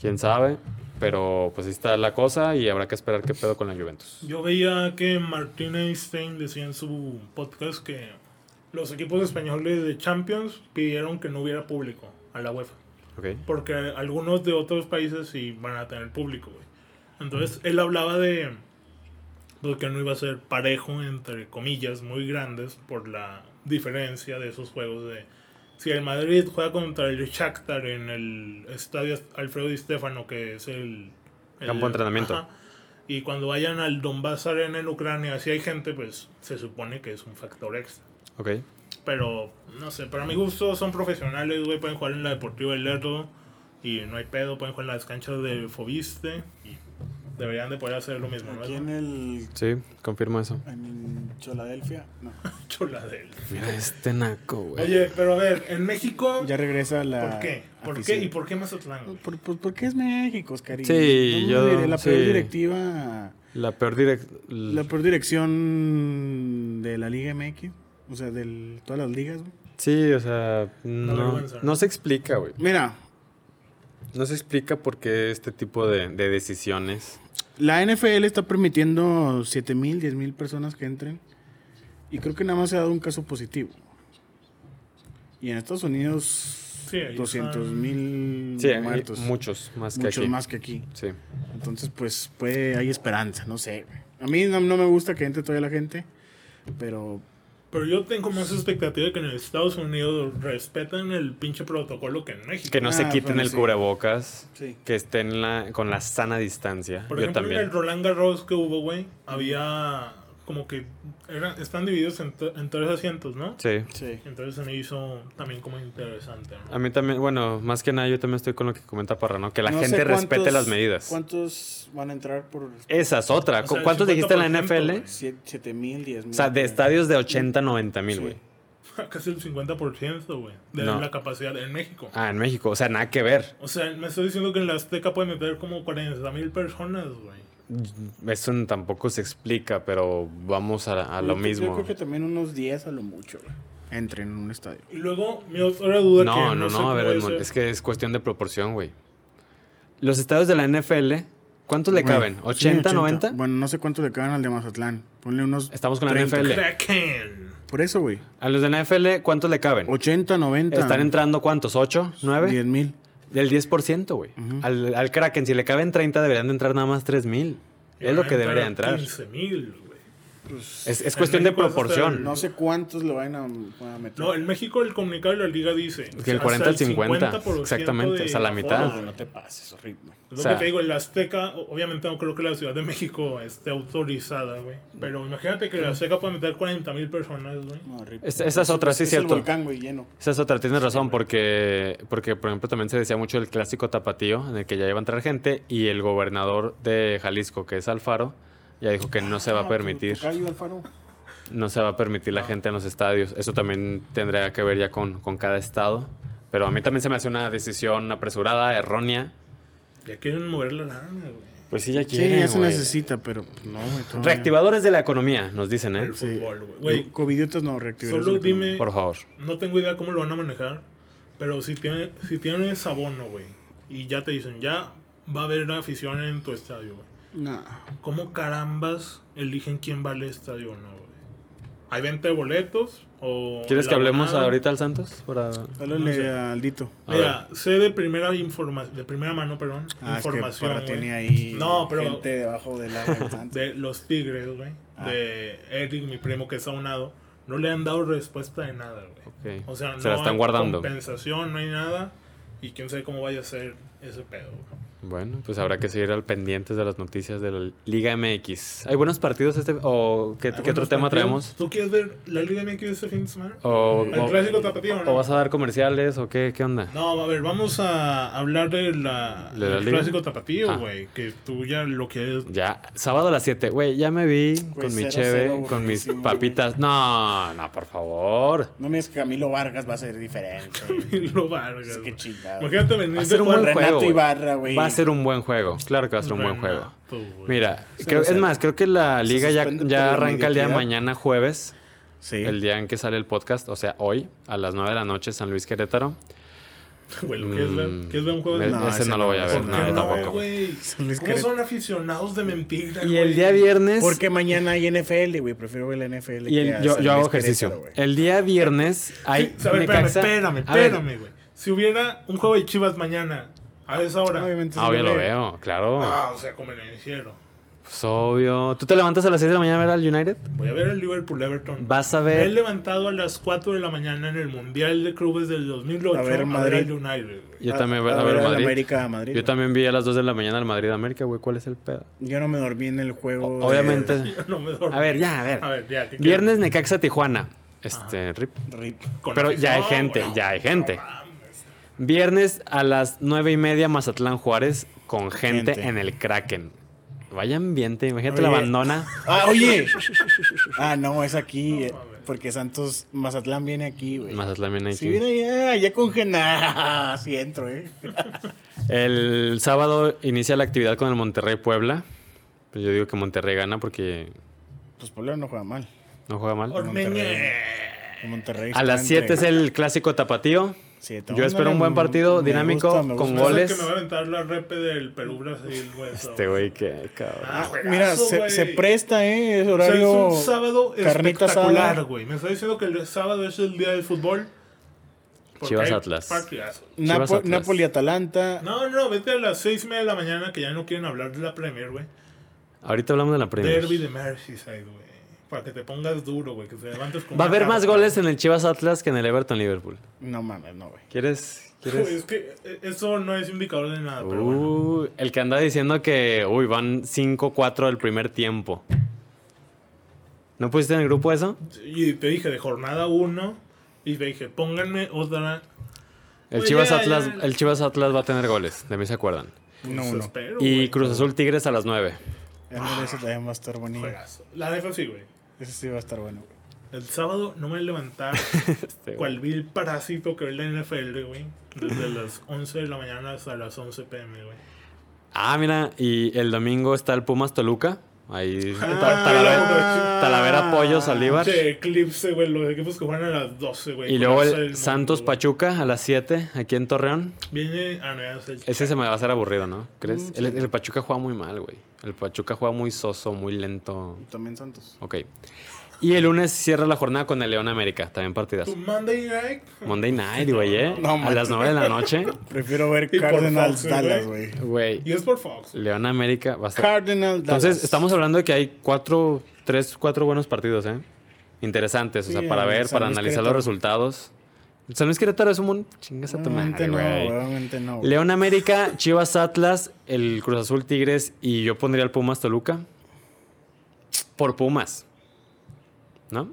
Speaker 3: quién sabe. Pero pues ahí está la cosa y habrá que esperar qué pedo con la Juventus.
Speaker 1: Yo veía que Martín Einstein decía en su podcast que los equipos españoles de Champions pidieron que no hubiera público a la UEFA.
Speaker 3: Ok.
Speaker 1: Porque algunos de otros países sí van a tener público, güey. Entonces él hablaba de de que no iba a ser parejo, entre comillas, muy grandes por la diferencia de esos juegos de... Si el Madrid juega contra el Shakhtar en el estadio Alfredo Di Stefano, que es el... el-
Speaker 3: Campo de entrenamiento.
Speaker 1: y cuando vayan al Donbass Arena en Ucrania, si hay gente, pues se supone que es un factor extra.
Speaker 3: Ok.
Speaker 1: Pero, no sé, para mi gusto son profesionales, güey. Pueden jugar en la Deportiva del Lerdo y no hay pedo. Pueden jugar en las canchas de Fobiste y deberían de poder hacer lo mismo, ¿no?
Speaker 2: Aquí en el.
Speaker 3: Sí, confirmo eso.
Speaker 2: En Choladelfia. No.
Speaker 1: Choladel.
Speaker 3: Mira este naco, güey.
Speaker 1: Oye, pero a ver, en México,
Speaker 2: <laughs> Pues, Ya regresa la.
Speaker 1: ¿por qué? ¿Por
Speaker 2: afición.
Speaker 1: qué? ¿Y por qué Mazatlán? güey?
Speaker 2: Por, por- porque es México, Oscarín.
Speaker 3: Sí,
Speaker 2: No,
Speaker 3: yo-
Speaker 2: mire, La peor
Speaker 3: sí.
Speaker 2: directiva.
Speaker 3: La peor direct...
Speaker 2: La peor dirección de la Liga MX. O sea, de todas las ligas, güey.
Speaker 3: Sí, o sea, no,
Speaker 1: vergüenza.
Speaker 3: no se explica, güey.
Speaker 2: Mira,
Speaker 3: No se explica por qué este tipo de, de decisiones.
Speaker 2: La NFL está permitiendo 7 mil, 10 mil personas que entren. Y creo que nada más se ha dado un caso positivo. Y en Estados Unidos,
Speaker 1: Sí, ahí
Speaker 2: 200
Speaker 1: están-
Speaker 2: mil
Speaker 3: Sí, hay
Speaker 2: muertos.
Speaker 3: muchos más que
Speaker 2: muchos
Speaker 3: aquí.
Speaker 2: más que aquí.
Speaker 3: Sí.
Speaker 2: Entonces, pues, puede, hay esperanza, no sé. güey. A mí no, no me gusta que entre toda la gente, pero
Speaker 1: Pero yo tengo más expectativa de que en Estados Unidos respeten el pinche protocolo que en México.
Speaker 3: Que no se
Speaker 2: Ah,
Speaker 3: quiten
Speaker 2: bueno,
Speaker 3: el
Speaker 2: sí.
Speaker 3: cubrebocas.
Speaker 2: Sí.
Speaker 3: Que estén la, con la sana distancia.
Speaker 1: Por
Speaker 3: Yo
Speaker 1: ejemplo,
Speaker 3: también.
Speaker 1: en el Roland Garros que hubo, güey, había como que eran, están divididos en, to- en tres asientos, ¿no?
Speaker 3: Sí.
Speaker 2: sí.
Speaker 1: Entonces se me hizo también como interesante. ¿no?
Speaker 3: A mí también, bueno, más que nada yo también estoy con lo que comenta Parra, ¿no? Que la
Speaker 2: No sé
Speaker 3: gente respete
Speaker 2: cuántos-
Speaker 3: las medidas.
Speaker 2: ¿Cuántos van a entrar por
Speaker 3: Esa es otra.
Speaker 1: O sea, el
Speaker 3: ¿Cuántos dijiste en la
Speaker 1: 50%,
Speaker 3: NFL?
Speaker 1: güey.
Speaker 2: 7 mil, 10 mil?
Speaker 3: O sea, de estadios de 80, 90 mil,
Speaker 2: Sí.
Speaker 3: güey.
Speaker 1: <laughs> Casi el 50%, güey, de
Speaker 3: No.
Speaker 1: la capacidad en México.
Speaker 3: Ah, en México. O sea, nada que ver.
Speaker 1: O sea, me estoy diciendo que en la Azteca puede meter como 40 mil personas, güey.
Speaker 3: Eso tampoco se explica, pero vamos a, a lo
Speaker 2: Yo- Yo
Speaker 3: mismo.
Speaker 2: creo que también unos 10 a lo mucho, güey. Entren en un estadio.
Speaker 1: Y luego, mi otra duda que
Speaker 3: No, no,
Speaker 1: sé
Speaker 3: no. A
Speaker 1: cómo
Speaker 3: ver,
Speaker 1: debe
Speaker 3: Edmond,
Speaker 1: ser.
Speaker 3: es que es cuestión de proporción, güey. Los estadios de la NFL, ¿cuántos le
Speaker 2: Güey,
Speaker 3: caben?
Speaker 2: sí,
Speaker 3: ¿80, 90?
Speaker 2: Bueno, no sé cuánto le caben al de Mazatlán. Ponle unos.
Speaker 3: Estamos con la
Speaker 2: 30.
Speaker 3: NFL.
Speaker 1: Kraken.
Speaker 2: Por eso, güey.
Speaker 3: A los de la NFL, ¿cuántos le caben?
Speaker 2: 80, 90.
Speaker 3: ¿Están entrando cuántos? ¿8? ¿9?
Speaker 2: 10 mil.
Speaker 3: Del 10%, güey. al, al Kraken, si le caben 30, deberían de entrar nada más 3 mil.
Speaker 1: Y
Speaker 3: Es
Speaker 1: van
Speaker 3: lo
Speaker 1: a
Speaker 3: que debería entrar.
Speaker 1: 15 mil, güey.
Speaker 2: pues,
Speaker 3: Es, es
Speaker 1: En
Speaker 3: cuestión de
Speaker 1: México es hasta
Speaker 3: proporción.
Speaker 1: el-
Speaker 2: no sé cuántos lo van a, a meter.
Speaker 1: No, en México el comunicado de la liga dice...
Speaker 3: Que el
Speaker 1: hasta
Speaker 3: 40 al 50,
Speaker 1: 50%
Speaker 3: exactamente,
Speaker 1: de
Speaker 3: o sea, la mitad.
Speaker 1: aforo,
Speaker 2: Ah,
Speaker 1: güey.
Speaker 2: no te pases, horrible.
Speaker 1: Lo
Speaker 3: O sea-
Speaker 1: que te digo, el Azteca, o- obviamente no creo que la Ciudad de México esté autorizada, güey. Pero imagínate
Speaker 3: Mm.
Speaker 1: que la Azteca puede meter 40 mil personas, güey.
Speaker 2: No, horrible.
Speaker 3: Es- esa es otra, sí,
Speaker 2: es
Speaker 3: cierto.
Speaker 2: el volcán, güey, lleno.
Speaker 3: Esa es otra, tienes razón, porque, porque por ejemplo también se decía mucho el clásico tapatío, en el que ya iba a entrar gente, y el gobernador de Jalisco, que es Alfaro, ya dijo que no se va
Speaker 2: Ah,
Speaker 3: a
Speaker 2: tu-
Speaker 3: permitir,
Speaker 2: tu callo, Alfaro.
Speaker 3: no se va a permitir la gente en los estadios. Eso también tendría que ver ya con, con cada estado. Pero a mí también se me hace una decisión apresurada, errónea.
Speaker 1: Ya quieren mover la lana, güey.
Speaker 3: Pues sí, ya
Speaker 2: Sí,
Speaker 3: quieren,
Speaker 2: ya se
Speaker 3: güey.
Speaker 2: necesita, pero pues, no, güey. todavía.
Speaker 3: Reactivadores de la economía, nos dicen, ¿eh?
Speaker 1: El fútbol, güey.
Speaker 2: No,
Speaker 1: Güey,
Speaker 2: Covidiotas no, reactivar.
Speaker 1: solo dime...
Speaker 3: Por favor.
Speaker 1: No tengo idea cómo lo van a manejar. Pero si, tiene, si tienes abono, güey. Y ya te dicen, ya va a haber una afición en tu estadio, güey.
Speaker 2: No.
Speaker 1: ¿Cómo carambas eligen quién vale estadio o no, güey? ¿Hay venta de boletos? O
Speaker 3: ¿Quieres
Speaker 1: la
Speaker 3: que hablemos
Speaker 1: abonada?
Speaker 3: ahorita al Santos? Para...
Speaker 2: Háblale
Speaker 1: No sé.
Speaker 2: a Aldito.
Speaker 3: A
Speaker 1: Mira, sé de primera informa de primera mano, perdón,
Speaker 2: Ah, es que
Speaker 1: información.
Speaker 2: Parra
Speaker 1: güey,
Speaker 2: tiene ahí
Speaker 1: No, pero-
Speaker 2: gente debajo
Speaker 1: <laughs>
Speaker 2: del agua.
Speaker 1: De los Tigres, güey.
Speaker 2: Ah.
Speaker 1: De Eric, mi primo que está unado. No le han dado respuesta de nada, güey.
Speaker 3: Ok.
Speaker 1: O sea,
Speaker 3: Se
Speaker 1: no
Speaker 3: la están
Speaker 1: hay
Speaker 3: guardando.
Speaker 1: compensación, no hay nada. Y quién sabe cómo vaya a ser ese pedo, güey.
Speaker 3: Bueno, pues habrá que seguir al pendientes de las noticias de la Liga MX. ¿Hay buenos partidos este o qué, qué otro
Speaker 1: Algunos
Speaker 3: tema
Speaker 1: partidos.
Speaker 3: traemos?
Speaker 1: ¿Tú quieres ver la Liga MX este fin de semana?
Speaker 3: O,
Speaker 1: ¿El
Speaker 3: o-
Speaker 1: clásico tapatío o
Speaker 3: o
Speaker 1: no?
Speaker 3: vas a dar comerciales o qué, qué onda?
Speaker 1: No, a ver, vamos a hablar de la,
Speaker 3: ¿De la
Speaker 1: del
Speaker 3: Liga?
Speaker 1: clásico
Speaker 3: Ah.
Speaker 1: tapatío, güey. Que tú ya lo quieres.
Speaker 3: Ya, sábado a las 7. Güey, ya me vi con mi
Speaker 2: cero,
Speaker 3: cheve,
Speaker 2: cero,
Speaker 3: con mis
Speaker 2: buenísimo,
Speaker 3: papitas. No, no, por favor.
Speaker 2: No me digas que Camilo Vargas va a ser diferente.
Speaker 1: <laughs> Lo Vargas,
Speaker 2: <laughs> Es que
Speaker 1: güey.
Speaker 2: chingado.
Speaker 1: Imagínate venir
Speaker 3: Va a
Speaker 1: de
Speaker 3: ser un
Speaker 1: jugar-
Speaker 3: buen
Speaker 2: Renato
Speaker 3: juego. güey.
Speaker 2: Ibarra, güey.
Speaker 3: Va a ser un buen juego. Claro que va a ser un buen juego.
Speaker 1: Renato,
Speaker 2: pues,
Speaker 1: güey.
Speaker 3: Mira,
Speaker 2: Se
Speaker 3: creo-
Speaker 2: lo
Speaker 3: es
Speaker 2: sabe.
Speaker 3: más, creo que la
Speaker 2: Se
Speaker 3: liga ya,
Speaker 2: suspende
Speaker 3: ya
Speaker 2: por
Speaker 3: arranca el día de
Speaker 2: mediocridad.
Speaker 3: mañana, jueves,
Speaker 2: Sí.
Speaker 3: el día en que sale el podcast, o sea, hoy, a las 9 de la noche, San Luis Querétaro.
Speaker 1: Güey, ¿lo quieres ver?
Speaker 3: Mm.
Speaker 1: ¿Quieres ver un juego de
Speaker 3: Ese
Speaker 2: No, ese
Speaker 3: no lo
Speaker 2: no,
Speaker 3: voy a
Speaker 2: ese
Speaker 3: ver,
Speaker 1: ¿Por
Speaker 3: no,
Speaker 1: qué
Speaker 2: yo
Speaker 1: no,
Speaker 3: tampoco.
Speaker 1: güey?
Speaker 2: San Luis
Speaker 1: ¿Cómo
Speaker 2: Querétaro.
Speaker 1: son aficionados de mentira,
Speaker 3: Y el
Speaker 1: güey?
Speaker 3: día viernes.
Speaker 2: Porque mañana hay NFL, güey. Prefiero ver la NFL.
Speaker 3: y el-
Speaker 2: que a
Speaker 3: yo,
Speaker 2: San
Speaker 3: yo hago
Speaker 2: Luis
Speaker 3: ejercicio. Eh,
Speaker 2: Querétaro, güey.
Speaker 3: el día viernes hay.
Speaker 1: Sí, a ver, espérame,
Speaker 3: Necaxa-
Speaker 1: espérame,
Speaker 3: A ver,
Speaker 1: espérame, güey. Si hubiera un juego de Chivas mañana, a esa hora.
Speaker 2: Obviamente
Speaker 3: Ah,
Speaker 2: sí
Speaker 3: obvio lo veo, claro.
Speaker 1: Ah, o sea, como en el cielo.
Speaker 3: Pues obvio. ¿Tú te levantas a las 6 de la mañana a ver al United?
Speaker 1: Voy a ver el Liverpool Everton.
Speaker 3: Vas a
Speaker 1: Me he
Speaker 3: ver.
Speaker 1: levantado a las 4 de la mañana en el Mundial de Clubes del 2008
Speaker 2: A
Speaker 1: a
Speaker 2: ver,
Speaker 1: ver,
Speaker 2: Madrid.
Speaker 1: al United, güey.
Speaker 3: Yo también voy a,
Speaker 2: a
Speaker 3: ver
Speaker 2: al
Speaker 3: Madrid.
Speaker 2: América a Madrid.
Speaker 3: Yo
Speaker 2: güey.
Speaker 3: también vi a las 2 de la mañana al Madrid América, güey. ¿Cuál es el pedo?
Speaker 2: Yo no me dormí en el juego.
Speaker 3: O-
Speaker 2: de-
Speaker 3: obviamente.
Speaker 1: <laughs> No me dormí.
Speaker 3: A ver, ya, a ver.
Speaker 1: A ver, ya. ¿qué
Speaker 3: Viernes Necaxa Tijuana. Este, rip.
Speaker 2: Rip.
Speaker 1: quieres? Con
Speaker 3: Pero
Speaker 1: afición,
Speaker 3: ya hay gente,
Speaker 1: güey.
Speaker 3: ya hay gente.
Speaker 1: mames.
Speaker 3: Viernes a las 9 y media Mazatlán Juárez con gente,
Speaker 2: Gente.
Speaker 3: en el Kraken. Vaya ambiente, imagínate la
Speaker 2: Oye.
Speaker 3: bandona.
Speaker 1: <laughs>
Speaker 2: Ah, oye. <laughs> Ah, no, es aquí. eh, porque Santos Mazatlán viene aquí, güey.
Speaker 3: Mazatlán viene
Speaker 2: Si
Speaker 3: aquí.
Speaker 2: viene allá, allá con <laughs> Genaro. Si entro, eh.
Speaker 3: El sábado inicia la actividad con el Monterrey Puebla. Pues yo digo que Monterrey gana porque
Speaker 2: Pues Puebla no juega mal.
Speaker 3: no juega mal.
Speaker 1: Ormeñez.
Speaker 2: En Monterrey.
Speaker 3: A las 7 es el clásico tapatío. Yo espero un buen partido dinámico, con
Speaker 1: Yo sé
Speaker 3: goles.
Speaker 1: que me va a aventar la repe del Perú Brasil, güey.
Speaker 3: Este güey que cabrón.
Speaker 1: Ah, juegazo,
Speaker 2: Mira, se,
Speaker 1: güey.
Speaker 2: se presta, ¿eh? Es
Speaker 1: O sea, es
Speaker 2: horario.
Speaker 1: un sábado
Speaker 2: carnita asada.
Speaker 1: espectacular, güey. Me está diciendo que el sábado es el día del fútbol. Porque
Speaker 3: Chivas
Speaker 1: hay
Speaker 3: Atlas.
Speaker 1: partidazo.
Speaker 2: Napo-
Speaker 3: Chivas Atlas.
Speaker 2: Napoli-Atalanta.
Speaker 1: No, no, vete a las seis y media de la mañana que ya no quieren hablar de la Premier, güey.
Speaker 3: Ahorita hablamos de la
Speaker 1: Derby
Speaker 3: Premier.
Speaker 1: de Merseyside, güey. Para que te pongas duro, güey. Que te levantes con.
Speaker 3: Va a haber
Speaker 1: una
Speaker 3: más
Speaker 1: carta.
Speaker 3: goles
Speaker 1: <laughs>
Speaker 3: en el Chivas Atlas que en el Everton Liverpool.
Speaker 2: No mames, no, güey.
Speaker 3: ¿Quieres? ¿Quieres?
Speaker 1: Güey, Es que eh, eso no es indicador de nada, Ah, pero bueno.
Speaker 3: Uh, el que anda diciendo que, uy, van 5-4 del primer tiempo. ¿No pusiste en el grupo eso?
Speaker 1: Y te dije de jornada 1. Y te dije, pónganme otra.
Speaker 3: El
Speaker 1: Pues
Speaker 3: Chivas,
Speaker 1: ya,
Speaker 3: Atlas,
Speaker 1: ya.
Speaker 3: El Chivas Atlas va a tener goles, de mí se acuerdan.
Speaker 2: No,
Speaker 1: Pues
Speaker 2: uno.
Speaker 1: espero,
Speaker 3: Y
Speaker 1: güey.
Speaker 3: Cruz Azul Tigres a las 9.
Speaker 2: MLS también va a estar bonito.
Speaker 1: Juegazo. La neta sí, güey.
Speaker 2: Ese sí va a estar bueno. güey.
Speaker 1: El sábado no me voy a levantar
Speaker 3: Este,
Speaker 1: cual vil parásito que ve la NFL, güey. Desde las 11 de la mañana hasta las 11 pm, güey.
Speaker 3: Ah, mira, y el domingo está el Pumas Toluca. Ahí ta-
Speaker 1: Ah,
Speaker 3: Talavera, Talavera Pollo Salívar.
Speaker 1: Che, eclipse, güey. Los equipos que juegan a las 12, güey.
Speaker 3: Y luego
Speaker 1: Conoce
Speaker 3: el
Speaker 1: mundo,
Speaker 3: Santos
Speaker 1: güey.
Speaker 3: Pachuca a las 7, aquí en Torreón.
Speaker 1: Viene ah, a Nueva Zelanda.
Speaker 3: Ese se me va a hacer aburrido, ¿no? ¿Crees?
Speaker 2: Mm,
Speaker 3: El,
Speaker 2: sí.
Speaker 3: el Pachuca juega muy mal, güey. El Pachuca juega muy soso, muy lento.
Speaker 2: También Santos.
Speaker 3: Ok. Y el lunes cierra la jornada con el León América, también partidas.
Speaker 1: Tu Monday Night.
Speaker 3: Monday Night, güey, ¿eh?
Speaker 2: No,
Speaker 3: a
Speaker 2: man.
Speaker 3: las 9 de la noche.
Speaker 2: Prefiero ver
Speaker 1: Y por
Speaker 2: Cardinals
Speaker 1: Fox,
Speaker 2: Dallas,
Speaker 1: güey.
Speaker 2: güey.
Speaker 3: Güey,
Speaker 1: Y es por Fox.
Speaker 3: León América va a estar...
Speaker 2: Cardinals Dallas.
Speaker 3: Entonces, estamos hablando de que hay cuatro, tres, cuatro buenos partidos, ¿eh? Interesantes, o sea,
Speaker 2: Sí,
Speaker 3: para
Speaker 2: el
Speaker 3: ver,
Speaker 2: San
Speaker 3: para
Speaker 2: Luis
Speaker 3: analizar
Speaker 2: Querétaro.
Speaker 3: los resultados. San Luis Querétaro es un... mon- Chingas a tu
Speaker 2: Realmente
Speaker 3: madre,
Speaker 2: no,
Speaker 3: güey.
Speaker 2: realmente no. güey.
Speaker 3: León América, Chivas Atlas, el Cruz Azul Tigres y yo pondría al Pumas Toluca. Por Pumas. ¿No?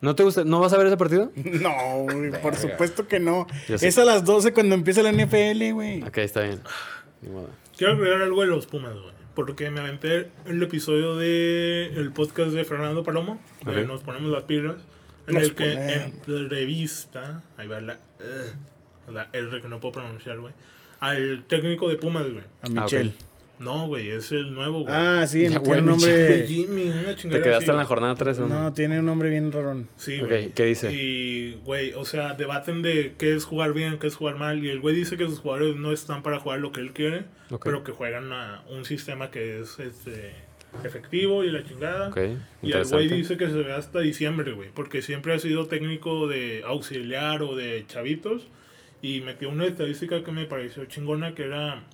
Speaker 3: ¿No te gusta? ¿No vas a ver ese partido?
Speaker 2: <laughs> No, güey, por supuesto que no.
Speaker 3: Yo
Speaker 2: Es
Speaker 3: sí.
Speaker 2: a las 12 cuando empieza la NFL, güey.
Speaker 3: Ok, está bien. Ni modo.
Speaker 1: Quiero agregar algo de los Pumas, güey. Porque me aventé el episodio de el podcast de Fernando Palomo. de
Speaker 3: Ok.
Speaker 1: Nos ponemos las pilas. En
Speaker 2: Nos
Speaker 1: el que
Speaker 2: ponemos.
Speaker 1: entrevista. Ahí va la. eh, la R que no puedo pronunciar, güey. Al técnico de Pumas, güey.
Speaker 2: A Michelle.
Speaker 1: No, güey, es el nuevo, güey. <laughs>
Speaker 2: Ah, sí,
Speaker 3: Ah, Ya,
Speaker 2: tiene
Speaker 3: güey,
Speaker 2: un
Speaker 3: <laughs>
Speaker 2: nombre.
Speaker 1: Jimmy, una chingadera
Speaker 3: Te quedaste
Speaker 1: así,
Speaker 3: en la jornada 3,
Speaker 2: No, tiene un nombre bien rarón.
Speaker 1: Sí,
Speaker 3: Ok,
Speaker 1: güey.
Speaker 3: ¿qué dice?
Speaker 1: Y, güey, o sea, debaten de qué es jugar bien, qué es jugar mal. Y el güey dice que sus jugadores no están para jugar lo que él quiere,
Speaker 3: Ok.
Speaker 1: pero que juegan a un sistema que es este, efectivo y la chingada.
Speaker 3: Ok,
Speaker 1: Y el güey
Speaker 3: interesante.
Speaker 1: dice que se ve hasta diciembre, güey, porque siempre ha sido técnico de auxiliar o de chavitos. Y metió una estadística que me pareció chingona, que era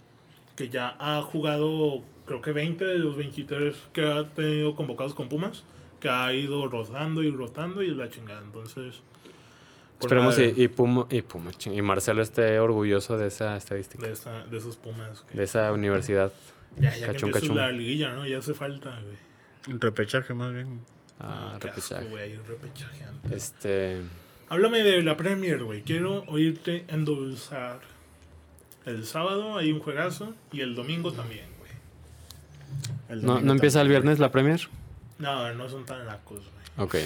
Speaker 1: que ya ha jugado, creo que 20 de los 23 que ha tenido convocados con Pumas, que ha ido rotando y rotando y la chingada. Entonces, con
Speaker 3: Esperemos
Speaker 1: madre
Speaker 3: y, y Puma, y, Puma, ching- y Marcelo esté orgulloso de esa estadística,
Speaker 1: de, esa- de esos Pumas. que-
Speaker 3: de esa universidad.
Speaker 1: ya ya
Speaker 3: cachón,
Speaker 1: que empieza
Speaker 3: cachón.
Speaker 1: la liguilla, ¿no? Ya hace falta, güey.
Speaker 2: Un repechaje más bien.
Speaker 3: Ah,
Speaker 1: Qué asco,
Speaker 3: repechaje.
Speaker 1: güey, hay un repechaje antes.
Speaker 3: Este,
Speaker 1: Háblame de la Premier, güey. Quiero oírte endulzar. El sábado hay un juegazo y el domingo también, güey.
Speaker 3: ¿no, ¿No empieza el viernes la Premier?
Speaker 1: No, no son tan lacos, güey.
Speaker 3: Ok.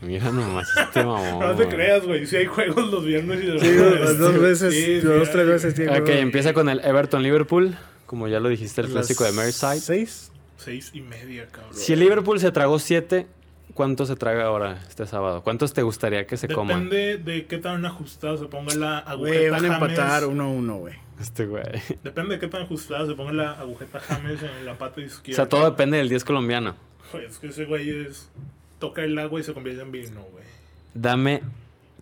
Speaker 3: Mira nomás este
Speaker 1: <laughs>
Speaker 3: mamón.
Speaker 1: No te
Speaker 3: güey.
Speaker 1: creas, güey. Si hay juegos los viernes y los
Speaker 2: Sí,
Speaker 1: jueves.
Speaker 2: dos,
Speaker 3: <laughs>
Speaker 2: dos veces,
Speaker 1: Sí, sí,
Speaker 2: dos,
Speaker 1: hay,
Speaker 2: tres
Speaker 1: güey.
Speaker 2: veces tiene.
Speaker 3: Ok, empieza con el Everton Liverpool, como ya lo dijiste, el clásico de Merseyside.
Speaker 2: ¿Seis?
Speaker 1: Seis y media, cabrón.
Speaker 3: Si el Liverpool se tragó 7, ¿cuánto se traga ahora este sábado? ¿Cuántos te gustaría que se coman?
Speaker 1: Depende de qué tan ajustada se ponga la agujeta
Speaker 2: Güey, van a
Speaker 1: James.
Speaker 2: empatar 1-1, güey.
Speaker 3: Este güey.
Speaker 1: Depende de qué tan ajustada se ponga la agujeta James en la pata
Speaker 3: O
Speaker 1: izquierda.
Speaker 3: sea, todo depende del 10 colombiano.
Speaker 1: Güey, es que ese güey es... Toca el agua y se convierte en vino, güey.
Speaker 3: Dame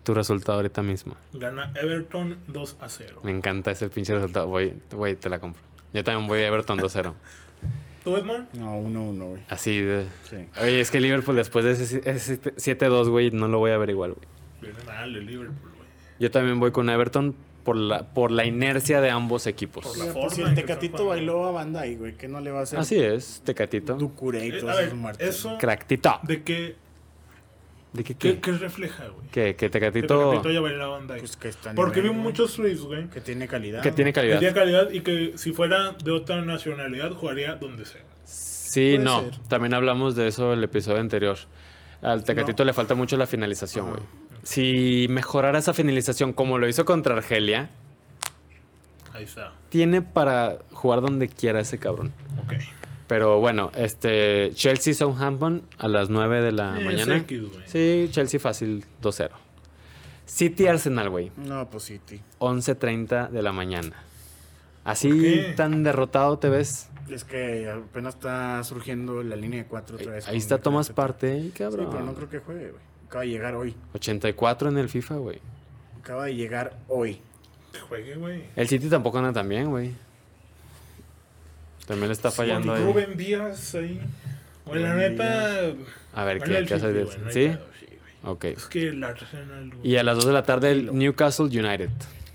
Speaker 3: tu resultado ahorita mismo.
Speaker 1: Gana Everton 2 a 0.
Speaker 3: Me encanta ese pinche resultado. Voy, güey, te la compro. Yo también voy a
Speaker 1: <laughs>
Speaker 3: Everton 2-0.
Speaker 1: ¿Tú, Edmond?
Speaker 2: No, 1-1, güey.
Speaker 3: Así de...
Speaker 2: Sí.
Speaker 3: Oye, es que Liverpool después de ese, ese 7-2, güey, no lo voy a ver igual, güey.
Speaker 1: Viene mal el Liverpool, güey.
Speaker 3: Yo también voy con Everton por la, por la inercia de ambos equipos.
Speaker 1: Por la
Speaker 2: Si
Speaker 1: forma en
Speaker 2: el
Speaker 1: que están
Speaker 2: Tecatito
Speaker 1: jugando.
Speaker 2: bailó a banda ahí, güey, ¿qué no le va a hacer?
Speaker 3: Así es, Tecatito.
Speaker 2: Ducuré y
Speaker 1: Eh,
Speaker 2: todos
Speaker 1: a ver,
Speaker 2: esos muertos.
Speaker 1: eso
Speaker 3: Cractito.
Speaker 1: de qué,
Speaker 3: ¿De qué?
Speaker 1: qué,
Speaker 3: qué?
Speaker 1: qué refleja, güey.
Speaker 3: Que, que
Speaker 1: Que
Speaker 3: Tecatito,
Speaker 1: Tecatito ya bailaba banda ahí.
Speaker 2: Pues que está
Speaker 1: Porque vi
Speaker 2: nivel, güey,
Speaker 1: muchos Swiss, güey.
Speaker 2: Que tiene calidad.
Speaker 3: que tiene
Speaker 1: Que
Speaker 3: calidad.
Speaker 1: tenía calidad y que si fuera de otra nacionalidad jugaría donde sea.
Speaker 3: Sí,
Speaker 2: Puede
Speaker 3: no.
Speaker 2: ser.
Speaker 3: También hablamos de eso el episodio anterior. Al Tecatito le falta mucho la finalización, güey.
Speaker 1: Ah,
Speaker 3: Si mejorara esa finalización como lo hizo contra Argelia,
Speaker 1: Ahí está.
Speaker 3: tiene para jugar donde quiera ese cabrón.
Speaker 1: Ok.
Speaker 3: Pero bueno, este Chelsea Southampton a las 9 de la
Speaker 1: Eh,
Speaker 3: Ah, mañana.
Speaker 1: es X, güey.
Speaker 3: sí, Chelsea fácil 2-0. City Arsenal, güey.
Speaker 2: No, pues sí, tío.
Speaker 3: 11:30 de la mañana.
Speaker 1: ¿Por
Speaker 3: Así
Speaker 1: qué?
Speaker 3: tan derrotado te ves.
Speaker 2: Es que apenas está surgiendo la línea de cuatro otra vez.
Speaker 3: Ahí está Tomás
Speaker 2: Tomás
Speaker 3: Parte, ¿eh?
Speaker 2: Sí,
Speaker 3: cabrón.
Speaker 2: pero no creo que juegue, güey. Acaba de llegar hoy.
Speaker 3: 84 en el FIFA, güey.
Speaker 2: Acaba de llegar hoy.
Speaker 1: Que juegue, güey.
Speaker 3: El City tampoco anda tan bien, güey. También le está fallando
Speaker 1: Con
Speaker 3: ahí.
Speaker 1: Rubén Díaz ahí. Güey, la
Speaker 2: Rubén
Speaker 1: neta.
Speaker 3: A ver,
Speaker 1: gana
Speaker 3: ¿qué,
Speaker 1: el
Speaker 3: qué hace?
Speaker 1: City,
Speaker 3: de-
Speaker 1: güey, no hay
Speaker 3: ¿Sí?
Speaker 1: pedo, sí, güey.
Speaker 3: Ok.
Speaker 1: Es que el Arsenal, güey.
Speaker 3: Y a las 2 de la tarde el Newcastle United.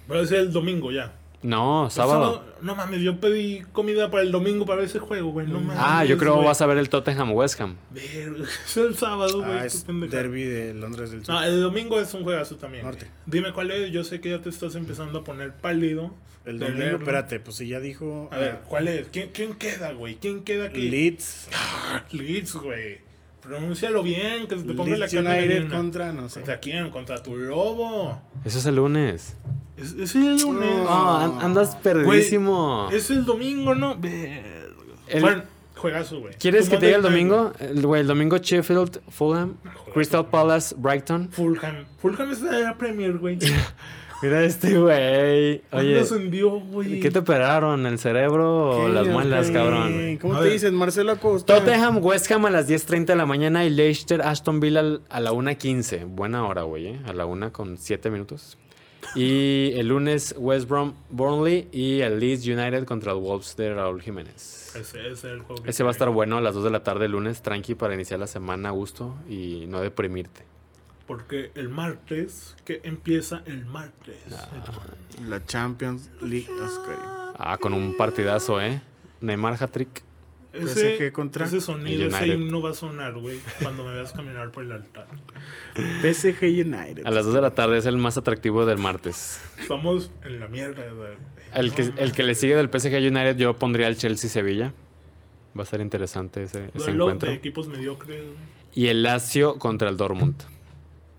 Speaker 1: Pero es el domingo ya.
Speaker 3: No,
Speaker 1: El
Speaker 3: sábado.
Speaker 1: No mames, yo pedí comida para el domingo para ver ese juego, güey. No mames.
Speaker 3: Ah, yo creo
Speaker 1: güey.
Speaker 3: vas a ver el Tottenham West Ham.
Speaker 1: Verga, <laughs> Es el sábado, Oh, güey.
Speaker 2: Ah,
Speaker 1: qué Ah,
Speaker 2: es
Speaker 1: pendeja.
Speaker 2: derby de Londres del Sur.
Speaker 1: No, el domingo es un juegazo también. güey.
Speaker 2: Norte.
Speaker 1: Dime cuál es. Yo sé que ya te estás empezando a poner pálido.
Speaker 2: el
Speaker 1: de
Speaker 2: domingo,
Speaker 1: leerlo.
Speaker 2: espérate, pues si ya dijo.
Speaker 1: A ver,
Speaker 2: ah,
Speaker 1: ¿cuál es? ¿Quién, quién queda, güey? ¿Quién queda aquí?
Speaker 2: Leeds.
Speaker 1: Leeds, güey. Pronúncialo bien, que se <laughs> te ponga
Speaker 2: Leeds
Speaker 1: la cara
Speaker 2: United
Speaker 1: llena.
Speaker 2: contra, no sé.
Speaker 1: ¿Contra quién? Contra tu lobo.
Speaker 3: Eso es el lunes.
Speaker 1: Es, es el lunes.
Speaker 2: No.
Speaker 3: No, Ah. an- andas perdidísimo.
Speaker 1: Es el domingo, ¿no? Verga.
Speaker 3: El-
Speaker 1: Bueno, juegazo, güey.
Speaker 3: ¿Quieres
Speaker 1: Tu
Speaker 3: que te diga el
Speaker 1: Monday night,
Speaker 3: domingo? El, güey, el domingo Sheffield, Fulham, Crystal Palace, Brighton. <laughs>
Speaker 1: Fulham. Fulham es de la Premier, güey.
Speaker 3: Mira este güey.
Speaker 1: Oye,
Speaker 3: Oye,
Speaker 1: nos envió, güey?
Speaker 3: ¿qué te operaron? ¿El cerebro o
Speaker 2: ¿Qué,
Speaker 3: Oh, las muelas,
Speaker 2: güey?
Speaker 3: cabrón?
Speaker 2: ¿Cómo
Speaker 1: A
Speaker 2: te
Speaker 1: ver.
Speaker 2: dicen? Marcelo Acosta.
Speaker 3: Tottenham, West Ham a las 10.30 de la mañana y Leicester, Aston Villa al- a la 1.15. Buena hora, güey, ¿eh? A la 1 con 7 minutos. Y el lunes, West Brom, Burnley y el Leeds United contra el Wolves de Raúl Jiménez.
Speaker 1: Ese, ese es el juego. que
Speaker 3: Ese va a estar
Speaker 1: quiero.
Speaker 3: bueno a las 2 de la tarde el lunes, tranqui, para iniciar la semana a gusto y no deprimirte.
Speaker 1: Porque el martes, que empieza el martes.
Speaker 2: La Champions League. Oscar.
Speaker 3: Ah, con un partidazo, ¿eh? Neymar Hattrick.
Speaker 2: PSG contra
Speaker 1: ese sonido, ese
Speaker 3: United.
Speaker 1: himno va a sonar, güey, cuando me veas caminar por el altar.
Speaker 2: PSG United.
Speaker 3: A las 2 de la tarde es el más atractivo del martes.
Speaker 1: Estamos en la mierda, güey.
Speaker 3: El que, el que le sigue del PSG United, yo pondría el Chelsea-Sevilla. Va a ser interesante ese, ese
Speaker 1: Duelo
Speaker 3: encuentro.
Speaker 1: de equipos mediocres. güey.
Speaker 3: Y el Lazio contra el Dortmund.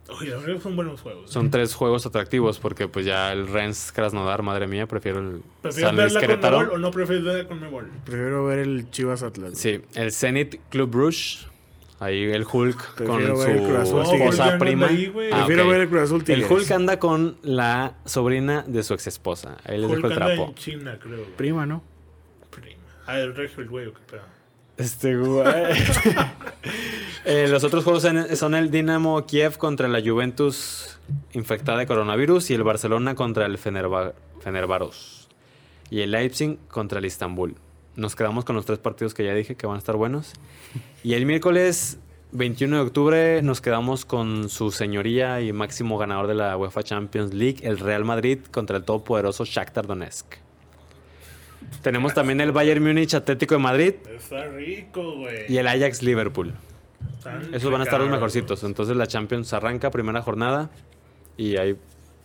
Speaker 1: Oye, la verdad son buenos juegos.
Speaker 3: Son tres juegos atractivos porque pues ya el Rennes Krasnodar, madre mía, prefiero el
Speaker 1: ¿Prefieres
Speaker 3: San Luis
Speaker 1: verla con Mebol o
Speaker 3: Querétaro.
Speaker 1: no prefieres verla con Mebol?
Speaker 2: Prefiero ver el Chivas Atlas.
Speaker 3: Sí, el Zenit Club Bruges. Ahí el Hulk
Speaker 2: Prefiero
Speaker 3: con
Speaker 2: ver el Cruz
Speaker 3: su
Speaker 2: Azul Tigres.
Speaker 1: No, pues, ya
Speaker 3: esposa
Speaker 1: no
Speaker 3: prima.
Speaker 1: anda ahí, güey.
Speaker 3: Ah,
Speaker 2: Prefiero
Speaker 3: ok.
Speaker 2: ver el Cruz Azul
Speaker 3: El
Speaker 2: Tigres.
Speaker 3: Hulk anda con la sobrina de su ex esposa. Ahí les dejo
Speaker 1: Hulk
Speaker 3: el
Speaker 1: anda
Speaker 3: trapo.
Speaker 1: en China, creo. güey.
Speaker 2: Prima, ¿no?
Speaker 1: Prima. Ah, el regio, el güey, qué pedo.
Speaker 3: Este güey. <laughs> Eh, los otros juegos en- son el Dinamo Kiev contra la Juventus infectada de coronavirus y el Barcelona contra el Fenerba Fenerbaros. Y el Leipzig contra el Istanbul. Nos quedamos con los tres partidos que ya dije que van a estar buenos. Y el miércoles 21 de octubre nos quedamos con su señoría y máximo ganador de la UEFA Champions League, el Real Madrid contra el todopoderoso Shakhtar Donetsk. Tenemos también el Bayern Múnich Atlético de Madrid
Speaker 1: Está rico, güey.
Speaker 3: y el Ajax Liverpool.
Speaker 1: Están
Speaker 3: Esos van a estar los
Speaker 1: recaros,
Speaker 3: mejorcitos.
Speaker 1: güey.
Speaker 3: Entonces la Champions arranca primera jornada y hay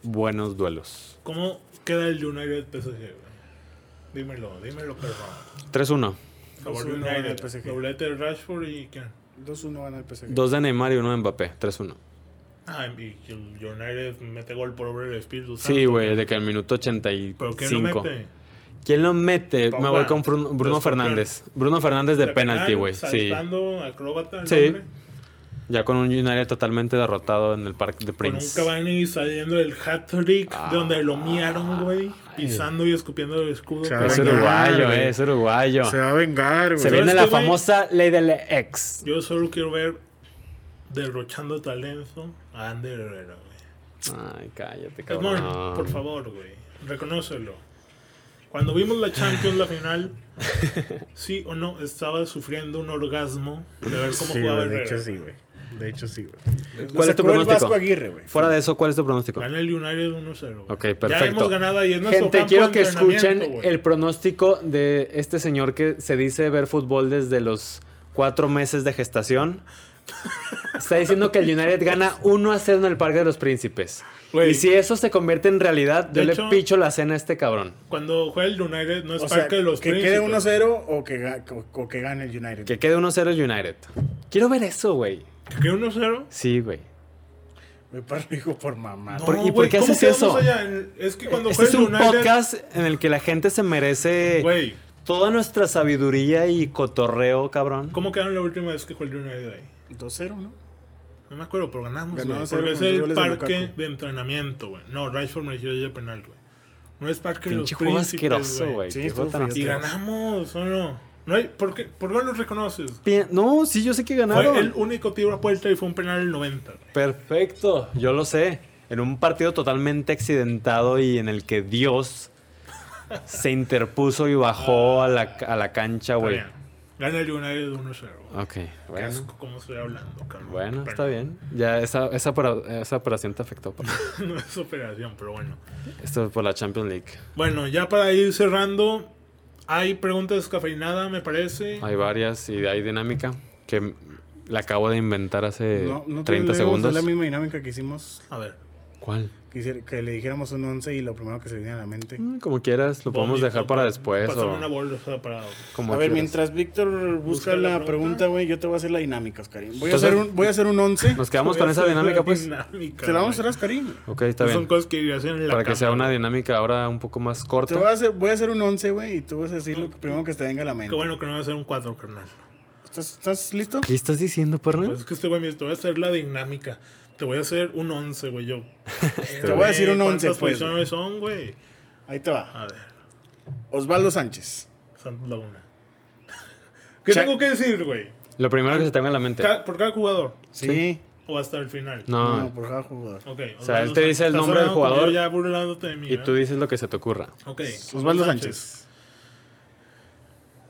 Speaker 3: buenos duelos.
Speaker 1: ¿Cómo queda el United PSG, güey? Dímelo, dímelo, perdón.
Speaker 3: 3-1.
Speaker 1: Favor
Speaker 2: 2-1 gana el
Speaker 1: United.
Speaker 2: PSG.
Speaker 1: Doblete de Rashford y quién.
Speaker 2: 2-1 gana el PSG.
Speaker 3: Dos de Neymar y uno de Mbappé. 3-1.
Speaker 1: Ah, y el United mete gol por obra del Espíritu Santo.
Speaker 3: Sí, güey, de que al minuto 85.
Speaker 1: ¿Pero quién lo mete?
Speaker 3: ¿Quién lo mete?
Speaker 1: Pogba.
Speaker 3: Me voy con Bruno, Bruno
Speaker 1: Los
Speaker 3: Fernández. Bruno Fernández de,
Speaker 1: penal,
Speaker 3: penalti, güey. Sí.
Speaker 1: Saltando acróbata. el
Speaker 3: Sí.
Speaker 1: hombre,
Speaker 3: Ya con un United totalmente derrotado en el Parque de
Speaker 1: Con un
Speaker 3: Prince. Ah.
Speaker 1: Cavani saliendo del hat-trick de donde lo miaron, güey. Pisando y escupiendo el escudo.
Speaker 2: Claro.
Speaker 3: Es
Speaker 1: Cavani.
Speaker 2: Venga,
Speaker 3: uruguayo,
Speaker 2: güey.
Speaker 3: eh, es uruguayo.
Speaker 2: Se va a vengar,
Speaker 3: Se
Speaker 2: güey.
Speaker 1: ve-
Speaker 3: viene
Speaker 1: ¿Sabes
Speaker 3: la
Speaker 1: qué, güey?
Speaker 3: famosa ley del ex.
Speaker 1: Yo solo quiero ver derrochando talento a Ander Herrera, güey.
Speaker 3: Ay, cállate, cabrón.
Speaker 1: Edmond, por favor, güey, reconócelo. Cuando vimos la Champions, la
Speaker 3: <laughs>
Speaker 1: final, sí o no, estaba sufriendo un orgasmo de ver cómo
Speaker 2: Sí,
Speaker 1: jugaba
Speaker 2: güey, de
Speaker 1: Herrera.
Speaker 2: hecho sí, güey. De hecho sí, güey.
Speaker 3: ¿Cuál es tu
Speaker 2: Sacó el
Speaker 3: pronóstico?
Speaker 2: Vasco Aguirre, güey.
Speaker 3: Fuera de eso, ¿cuál es tu pronóstico?
Speaker 1: Gana el United 1-0. güey.
Speaker 3: Ok,
Speaker 1: Ya
Speaker 3: perfecto.
Speaker 1: hemos ganado y es nuestro
Speaker 3: Gente,
Speaker 1: campo
Speaker 3: quiero
Speaker 1: de
Speaker 3: que escuchen
Speaker 1: entrenamiento, güey.
Speaker 3: el pronóstico de este señor que se dice ver fútbol desde los cuatro meses de gestación. Está diciendo que el United gana 1 a 0 en el Parque de los Príncipes.
Speaker 1: Güey.
Speaker 3: Y si eso se convierte en realidad, yo
Speaker 1: De
Speaker 3: le
Speaker 1: hecho-
Speaker 3: picho la cena a este cabrón.
Speaker 1: Cuando juega el United no es
Speaker 2: O sea,
Speaker 1: parque de los
Speaker 2: que
Speaker 1: príncipes.
Speaker 2: quede 1-0 o que, ga- o- o que gane el United.
Speaker 3: Que quede 1 a 0 el United. Quiero ver eso, güey.
Speaker 1: Que quede 1-0.
Speaker 3: Sí, güey.
Speaker 2: Me paro, hijo, por mamá.
Speaker 3: Ah, Por-
Speaker 1: No,
Speaker 3: ¿y por
Speaker 1: güey,
Speaker 3: qué
Speaker 1: ¿cómo
Speaker 3: haces
Speaker 1: quedamos
Speaker 3: eso?
Speaker 1: allá? El- Es que cuando
Speaker 3: Este
Speaker 1: juega
Speaker 3: es
Speaker 1: el
Speaker 3: un
Speaker 1: United,
Speaker 3: podcast en el que la gente se merece
Speaker 1: güey,
Speaker 3: toda nuestra sabiduría y cotorreo, cabrón.
Speaker 1: ¿cómo quedaron la última vez que jugó el United ahí?
Speaker 2: 2-0, ¿no?
Speaker 1: No me acuerdo, pero ganamos,
Speaker 2: Ganó
Speaker 1: güey.
Speaker 2: 0
Speaker 1: Porque es
Speaker 2: con los
Speaker 1: el
Speaker 2: goles de
Speaker 1: parque
Speaker 2: Lukaku.
Speaker 1: de entrenamiento, güey. No, Rashford me dio el penal, güey. No es parque de los
Speaker 3: Pinche juego
Speaker 1: príncipes,
Speaker 3: asqueroso, güey.
Speaker 2: Sí,
Speaker 3: Qué juego tan
Speaker 2: estuvo
Speaker 1: Y
Speaker 2: feo.
Speaker 3: asqueroso.
Speaker 1: ganamos, ¿o no? No hay, ¿por, qué? ¿Por qué no lo reconoces?
Speaker 3: Pi- No, sí, yo sé que ganaron.
Speaker 1: Fue el único tiro a puerta y fue un penal del 90, güey.
Speaker 3: Perfecto, yo lo sé. En un partido totalmente accidentado y en el que Dios se interpuso y bajó a la, a la cancha,
Speaker 1: Está
Speaker 3: güey.
Speaker 1: bien. Gana el United 1-0. güey.
Speaker 3: Ok,
Speaker 1: Qué
Speaker 3: Ah, bueno.
Speaker 1: asco cómo estoy hablando, cabrón.
Speaker 3: Bueno,
Speaker 1: Pero
Speaker 3: está bien. Ya esa, esa, opera- esa operación te afectó. pa.
Speaker 1: <laughs> No es operación, pero bueno.
Speaker 3: Esto es por la Champions League.
Speaker 1: Bueno, ya para ir cerrando, hay preguntas descafeinada, me parece.
Speaker 3: Hay varias y hay dinámica que la acabo de inventar hace
Speaker 2: No, no
Speaker 3: 30
Speaker 2: tenemos
Speaker 3: Eh, segundos.
Speaker 2: la misma dinámica que hicimos.
Speaker 1: A ver.
Speaker 3: ¿Cuál?
Speaker 2: Que, hici- que le dijéramos un 11 y lo primero que se viene a la mente.
Speaker 3: Mm, Como quieras, lo podemos
Speaker 1: bonito,
Speaker 3: dejar para después.
Speaker 1: Pásame
Speaker 3: o
Speaker 1: una bolsa para
Speaker 3: como
Speaker 2: A ver,
Speaker 3: quieras.
Speaker 2: mientras Víctor busca,
Speaker 1: Busca la
Speaker 2: la
Speaker 1: pregunta.
Speaker 2: pregunta, güey, yo te voy a hacer la dinámica, Oscarín. Voy,
Speaker 3: Entonces,
Speaker 2: a, hacer un, voy a hacer un 11.
Speaker 3: Nos quedamos con esa
Speaker 1: Esa es la
Speaker 3: dinámica, pues.
Speaker 1: dinámica,
Speaker 2: Te la vamos a
Speaker 1: güey.
Speaker 2: hacer, Oscarín.
Speaker 3: Ok, está
Speaker 1: Son
Speaker 3: bien.
Speaker 1: cosas que hacen en la
Speaker 3: Para que sea
Speaker 1: cámara.
Speaker 3: una dinámica ahora un poco más
Speaker 2: Te voy a
Speaker 3: corta.
Speaker 2: hacer, voy a hacer un 11, güey, y tú vas a decir lo que- primero que te venga a la
Speaker 1: Qué
Speaker 2: mente.
Speaker 3: ¿Mm?
Speaker 1: bueno que no va a ser un 4, carnal.
Speaker 2: ¿Estás, estás listo?
Speaker 3: ¿Qué estás diciendo, perro?
Speaker 1: Pues es que este güey me dice, te voy a hacer la dinámica. Te voy a hacer un 11, güey.
Speaker 3: <laughs>
Speaker 1: Yo. Este
Speaker 2: Te voy a decir un
Speaker 1: ¿cuántas
Speaker 2: 11, pues,
Speaker 1: posiciones son, güey?
Speaker 2: Ahí te va.
Speaker 1: A ver,
Speaker 2: Osvaldo Sánchez.
Speaker 1: Santos Laguna. <laughs> ¿Qué
Speaker 2: Cha-
Speaker 1: tengo que decir, güey?
Speaker 3: Lo primero que se tenga en la mente.
Speaker 1: Ca- por cada jugador.
Speaker 2: Sí. Ah.
Speaker 1: O hasta el final.
Speaker 2: No,
Speaker 3: No.
Speaker 2: por cada jugador.
Speaker 1: Ok.
Speaker 3: O sea, él te dice el
Speaker 1: estás
Speaker 3: nombre del
Speaker 1: hablando como
Speaker 3: jugador
Speaker 1: yo Ya burlándote de mí.
Speaker 3: Y
Speaker 1: ¿verdad?
Speaker 3: tú dices lo que se te ocurra.
Speaker 1: Ok.
Speaker 2: Osvaldo Sánchez.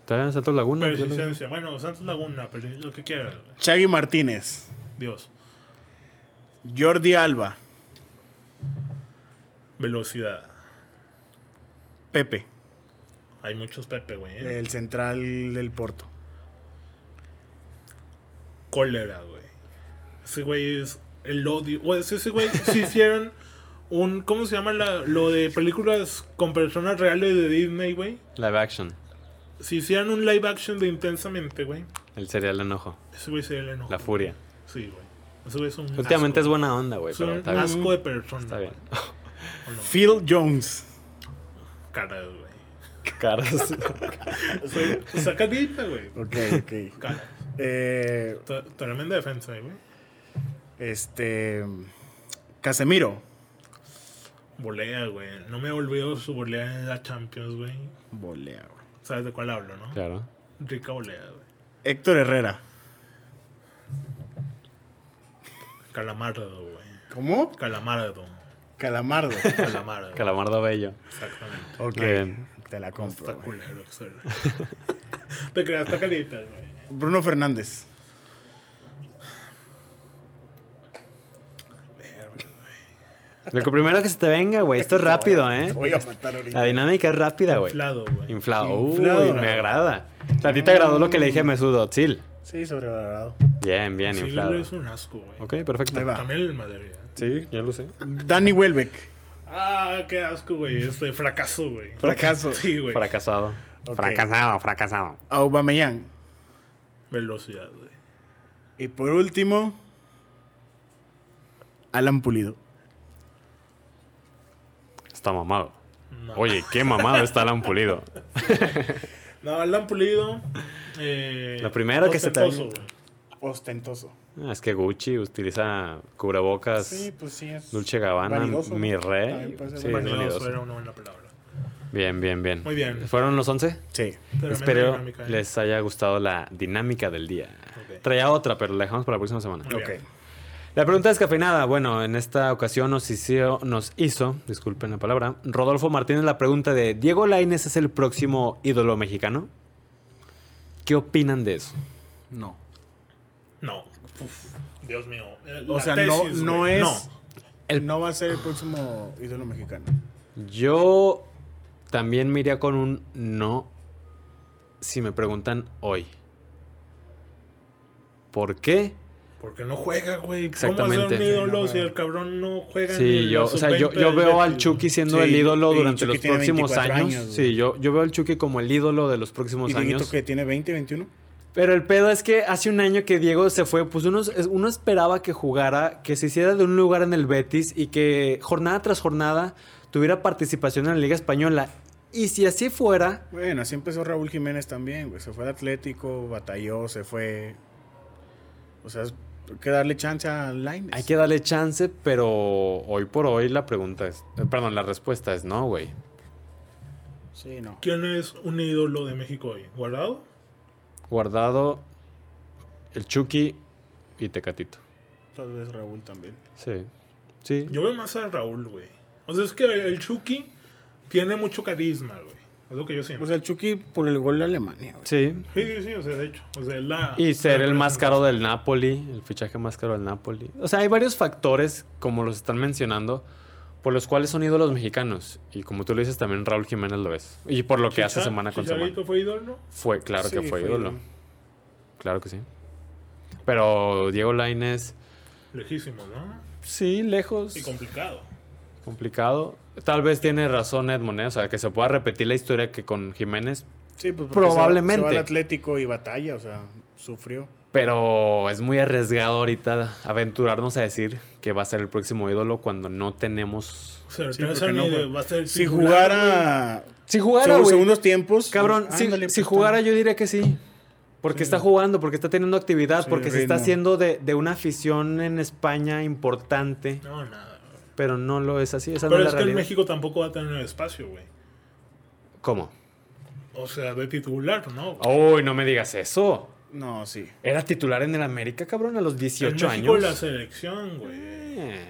Speaker 3: ¿Está en Santos Laguna? Yo lo-
Speaker 1: Persistencia. Bueno, Santos Laguna, pero lo que quieras. güey.
Speaker 2: Chagui Martínez.
Speaker 1: Dios.
Speaker 2: Jordi Alba.
Speaker 1: Velocidad.
Speaker 2: Pepe.
Speaker 1: Hay muchos Pepe, güey. ¿eh?
Speaker 2: El central del Porto.
Speaker 1: Cólera, güey. Ese güey es el odio. Güey, si ese güey si hicieran un. ¿Cómo se llama la- lo de películas con personas reales de Disney, güey?
Speaker 3: Live action.
Speaker 1: Si hicieran un live action de intensamente, güey.
Speaker 3: El serial enojo.
Speaker 1: Ese güey sería el enojo.
Speaker 3: La furia.
Speaker 1: Sí, güey. Ese güey es un.
Speaker 3: Últimamente es
Speaker 1: asco.
Speaker 3: buena onda, güey.
Speaker 1: Es
Speaker 3: Pero
Speaker 1: un
Speaker 3: está bien.
Speaker 1: asco de persona.
Speaker 3: Está bien. <laughs>
Speaker 1: güey. O no,
Speaker 2: Phil Jones.
Speaker 1: Cara, güey. <laughs>
Speaker 3: Caras.
Speaker 1: Soy- o sea, carita, güey.
Speaker 2: Ok, <laughs> ok.
Speaker 1: Cara.
Speaker 2: Eh,
Speaker 1: T- Tremenda defensa, güey.
Speaker 2: este. Casemiro.
Speaker 1: Volea, güey. No me olvido su volea en la Champions, güey.
Speaker 2: Volea, güey.
Speaker 1: ¿Sabes de cuál hablo, no?
Speaker 3: Claro.
Speaker 1: Rica volea, güey.
Speaker 2: Héctor Herrera.
Speaker 1: Calamardo, güey.
Speaker 2: ¿Cómo?
Speaker 1: Calamardo.
Speaker 2: <laughs> Calamardo.
Speaker 3: <laughs>
Speaker 1: Calamardo.
Speaker 3: Calamardo Bello.
Speaker 1: Exactamente.
Speaker 2: Ok.
Speaker 3: Bien.
Speaker 2: Te la compro.
Speaker 1: Está
Speaker 2: güey.
Speaker 1: culero, que soy. <laughs> Te creas, está carita, güey.
Speaker 2: Bruno Fernández.
Speaker 3: Lo que primero que se te venga, güey. Esto es rápido,
Speaker 2: Te
Speaker 3: ¿eh?
Speaker 2: voy a matar ahorita.
Speaker 3: La dinámica es rápida, güey.
Speaker 1: Inflado, güey.
Speaker 3: Inflado. Uy,
Speaker 2: Inflado.
Speaker 3: me agrada. O sea, a ti te agradó lo que le dije a Mesut Özil.
Speaker 2: Sí, sobrevalorado.
Speaker 3: Bien, bien,
Speaker 1: Sí,
Speaker 3: inflado.
Speaker 1: es un asco, güey.
Speaker 3: Ok, perfecto.
Speaker 2: Ahí va.
Speaker 1: También el Madrid. ¿eh?
Speaker 3: Sí, ya lo sé.
Speaker 2: Danny Welbeck.
Speaker 1: Ah, qué asco, güey. Este fracaso, güey.
Speaker 2: Fracaso.
Speaker 1: Sí, güey.
Speaker 3: Fracasado.
Speaker 2: Ok.
Speaker 3: Fracasado, fracasado.
Speaker 2: Aubameyang.
Speaker 1: Velocidad, güey.
Speaker 2: Y por último, Alan Pulido.
Speaker 3: Está mamado.
Speaker 1: No.
Speaker 3: Oye, qué
Speaker 1: <laughs>
Speaker 3: mamado está Alan Pulido.
Speaker 1: No, la han pulido. Eh,
Speaker 3: La primera que se te-
Speaker 1: ostentoso, güey.
Speaker 2: Ostentoso.
Speaker 3: Ah, Es que Gucci utiliza cubrebocas.
Speaker 2: Sí, pues sí es.
Speaker 3: Dulce Gabbana,
Speaker 2: vanidoso,
Speaker 3: mi
Speaker 2: ¿no?
Speaker 3: rey.
Speaker 2: También puede ser
Speaker 3: Sí,
Speaker 2: vanidoso.
Speaker 1: Vanidoso
Speaker 3: vanidoso.
Speaker 1: era una buena palabra.
Speaker 3: Bien, bien, bien.
Speaker 1: Muy bien.
Speaker 3: ¿Fueron los 11?
Speaker 2: Sí.
Speaker 1: Tremenda
Speaker 3: Espero
Speaker 1: dinámica, ¿eh?
Speaker 3: les haya gustado la dinámica del día.
Speaker 1: Ok.
Speaker 3: Traía otra, pero la dejamos para la próxima semana.
Speaker 1: Muy
Speaker 2: Ok.
Speaker 1: bien.
Speaker 3: La pregunta descafeinada. Bueno, en esta ocasión nos hizo, nos hizo, disculpen la palabra, Rodolfo Martínez la pregunta de ¿Diego Lainez es el próximo ídolo mexicano? ¿Qué opinan de eso?
Speaker 2: No.
Speaker 1: No. Uf, Dios mío. Eh,
Speaker 2: O
Speaker 1: la
Speaker 2: sea, no,
Speaker 1: tesis,
Speaker 2: no
Speaker 1: güey.
Speaker 2: es.
Speaker 1: No.
Speaker 3: El-
Speaker 2: No va a ser el próximo ídolo mexicano.
Speaker 3: Yo también me iría con un no si me preguntan hoy. ¿Por qué?
Speaker 1: Porque no juega, güey. ¿Cómo
Speaker 3: Exactamente.
Speaker 1: hacer un
Speaker 2: Sí, no
Speaker 1: ídolo
Speaker 2: juega.
Speaker 1: si el cabrón no juega?
Speaker 3: Sí, yo, o sea, yo, yo veo al Chucky siendo
Speaker 2: Sí,
Speaker 3: el ídolo
Speaker 2: y
Speaker 3: durante
Speaker 2: Chucky
Speaker 3: los
Speaker 2: tiene
Speaker 3: próximos
Speaker 2: 24
Speaker 3: años.
Speaker 2: años, güey.
Speaker 3: sí, yo, yo veo al Chucky como el ídolo de los próximos
Speaker 2: ¿Y Dieguito
Speaker 3: años.
Speaker 2: que tiene 20, 21?
Speaker 3: Pero el pedo es que hace un año que Diego se fue, pues uno, es- uno esperaba que jugara, que se hiciera de un lugar en el Betis y que jornada tras jornada tuviera participación en la Liga Española. Y si así fuera,
Speaker 2: Bueno, así empezó Raúl Jiménez también, güey. Se fue al Atlético, batalló, se fue. O sea, es- hay que darle chance a Lines.
Speaker 3: hay que darle chance, pero hoy por hoy la pregunta es, eh, perdón, la respuesta es no, güey.
Speaker 2: Sí, no.
Speaker 1: ¿Quién es un ídolo de México hoy? ¿Guardado?
Speaker 3: Guardado, el Chucky y Tecatito.
Speaker 2: Tal vez Raúl también.
Speaker 3: Sí, sí.
Speaker 1: Yo veo más a Raúl, güey. O sea, es que el Chucky tiene mucho carisma, güey. Es lo que yo siento.
Speaker 2: O sea, Pues el Chucky por el gol de Alemania, güey.
Speaker 3: Sí.
Speaker 1: sí, sí, sí. O sea, de hecho. O sea, es la,
Speaker 3: Y ser
Speaker 1: la
Speaker 3: el más
Speaker 1: representación.
Speaker 3: caro del Napoli, el fichaje más caro del Napoli. O sea, hay varios factores, como los están mencionando, por los cuales son ídolos mexicanos. Y como tú lo dices, también Raúl Jiménez lo es. Y por lo que hace
Speaker 1: Chicha-
Speaker 3: semana con semana.
Speaker 1: Chicharito fue ídolo?
Speaker 3: Fue, claro que
Speaker 2: Sí, fue
Speaker 3: fue, ídolo.
Speaker 2: ídolo.
Speaker 3: Claro que sí. Pero Diego Lainez,
Speaker 1: Lejísimo, ¿no?
Speaker 3: sí, lejos.
Speaker 1: Y complicado.
Speaker 3: Complicado. Tal vez tiene razón Edmond, ¿eh? o sea, que se pueda repetir la historia que con Jiménez,
Speaker 2: Sí, pues porque
Speaker 3: Probablemente.
Speaker 2: Se va, se va al Atlético y batalla, o sea, sufrió.
Speaker 3: Pero es muy arriesgado ahorita aventurarnos a decir que va a ser el próximo ídolo cuando no tenemos.
Speaker 1: Certeza
Speaker 2: porque
Speaker 1: ni
Speaker 2: no,
Speaker 1: de-
Speaker 2: güey.
Speaker 1: va a ser
Speaker 2: Si
Speaker 1: titular,
Speaker 2: jugara
Speaker 3: Si
Speaker 2: según segundos tiempos.
Speaker 3: Cabrón,
Speaker 2: pues,
Speaker 3: si,
Speaker 2: ándale,
Speaker 3: si
Speaker 2: pues,
Speaker 3: jugara
Speaker 2: está.
Speaker 3: yo diría que sí. Porque está jugando, porque está teniendo actividad,
Speaker 2: Sí,
Speaker 3: porque se está
Speaker 2: ritmo.
Speaker 3: haciendo de, de una afición en España importante,
Speaker 1: No, nada. güey.
Speaker 3: pero no lo es así. Esa
Speaker 1: Pero
Speaker 3: no
Speaker 1: es que
Speaker 3: es la
Speaker 1: en
Speaker 3: realidad.
Speaker 1: México tampoco va a tener espacio, güey.
Speaker 3: ¿Cómo?
Speaker 1: O sea, de titular, ¿no? güey?
Speaker 3: Uy, no me digas eso.
Speaker 2: No, sí.
Speaker 3: Era titular en el América, cabrón, a los
Speaker 1: En
Speaker 3: 18
Speaker 1: México
Speaker 3: años.
Speaker 1: la selección, güey.
Speaker 3: Eh.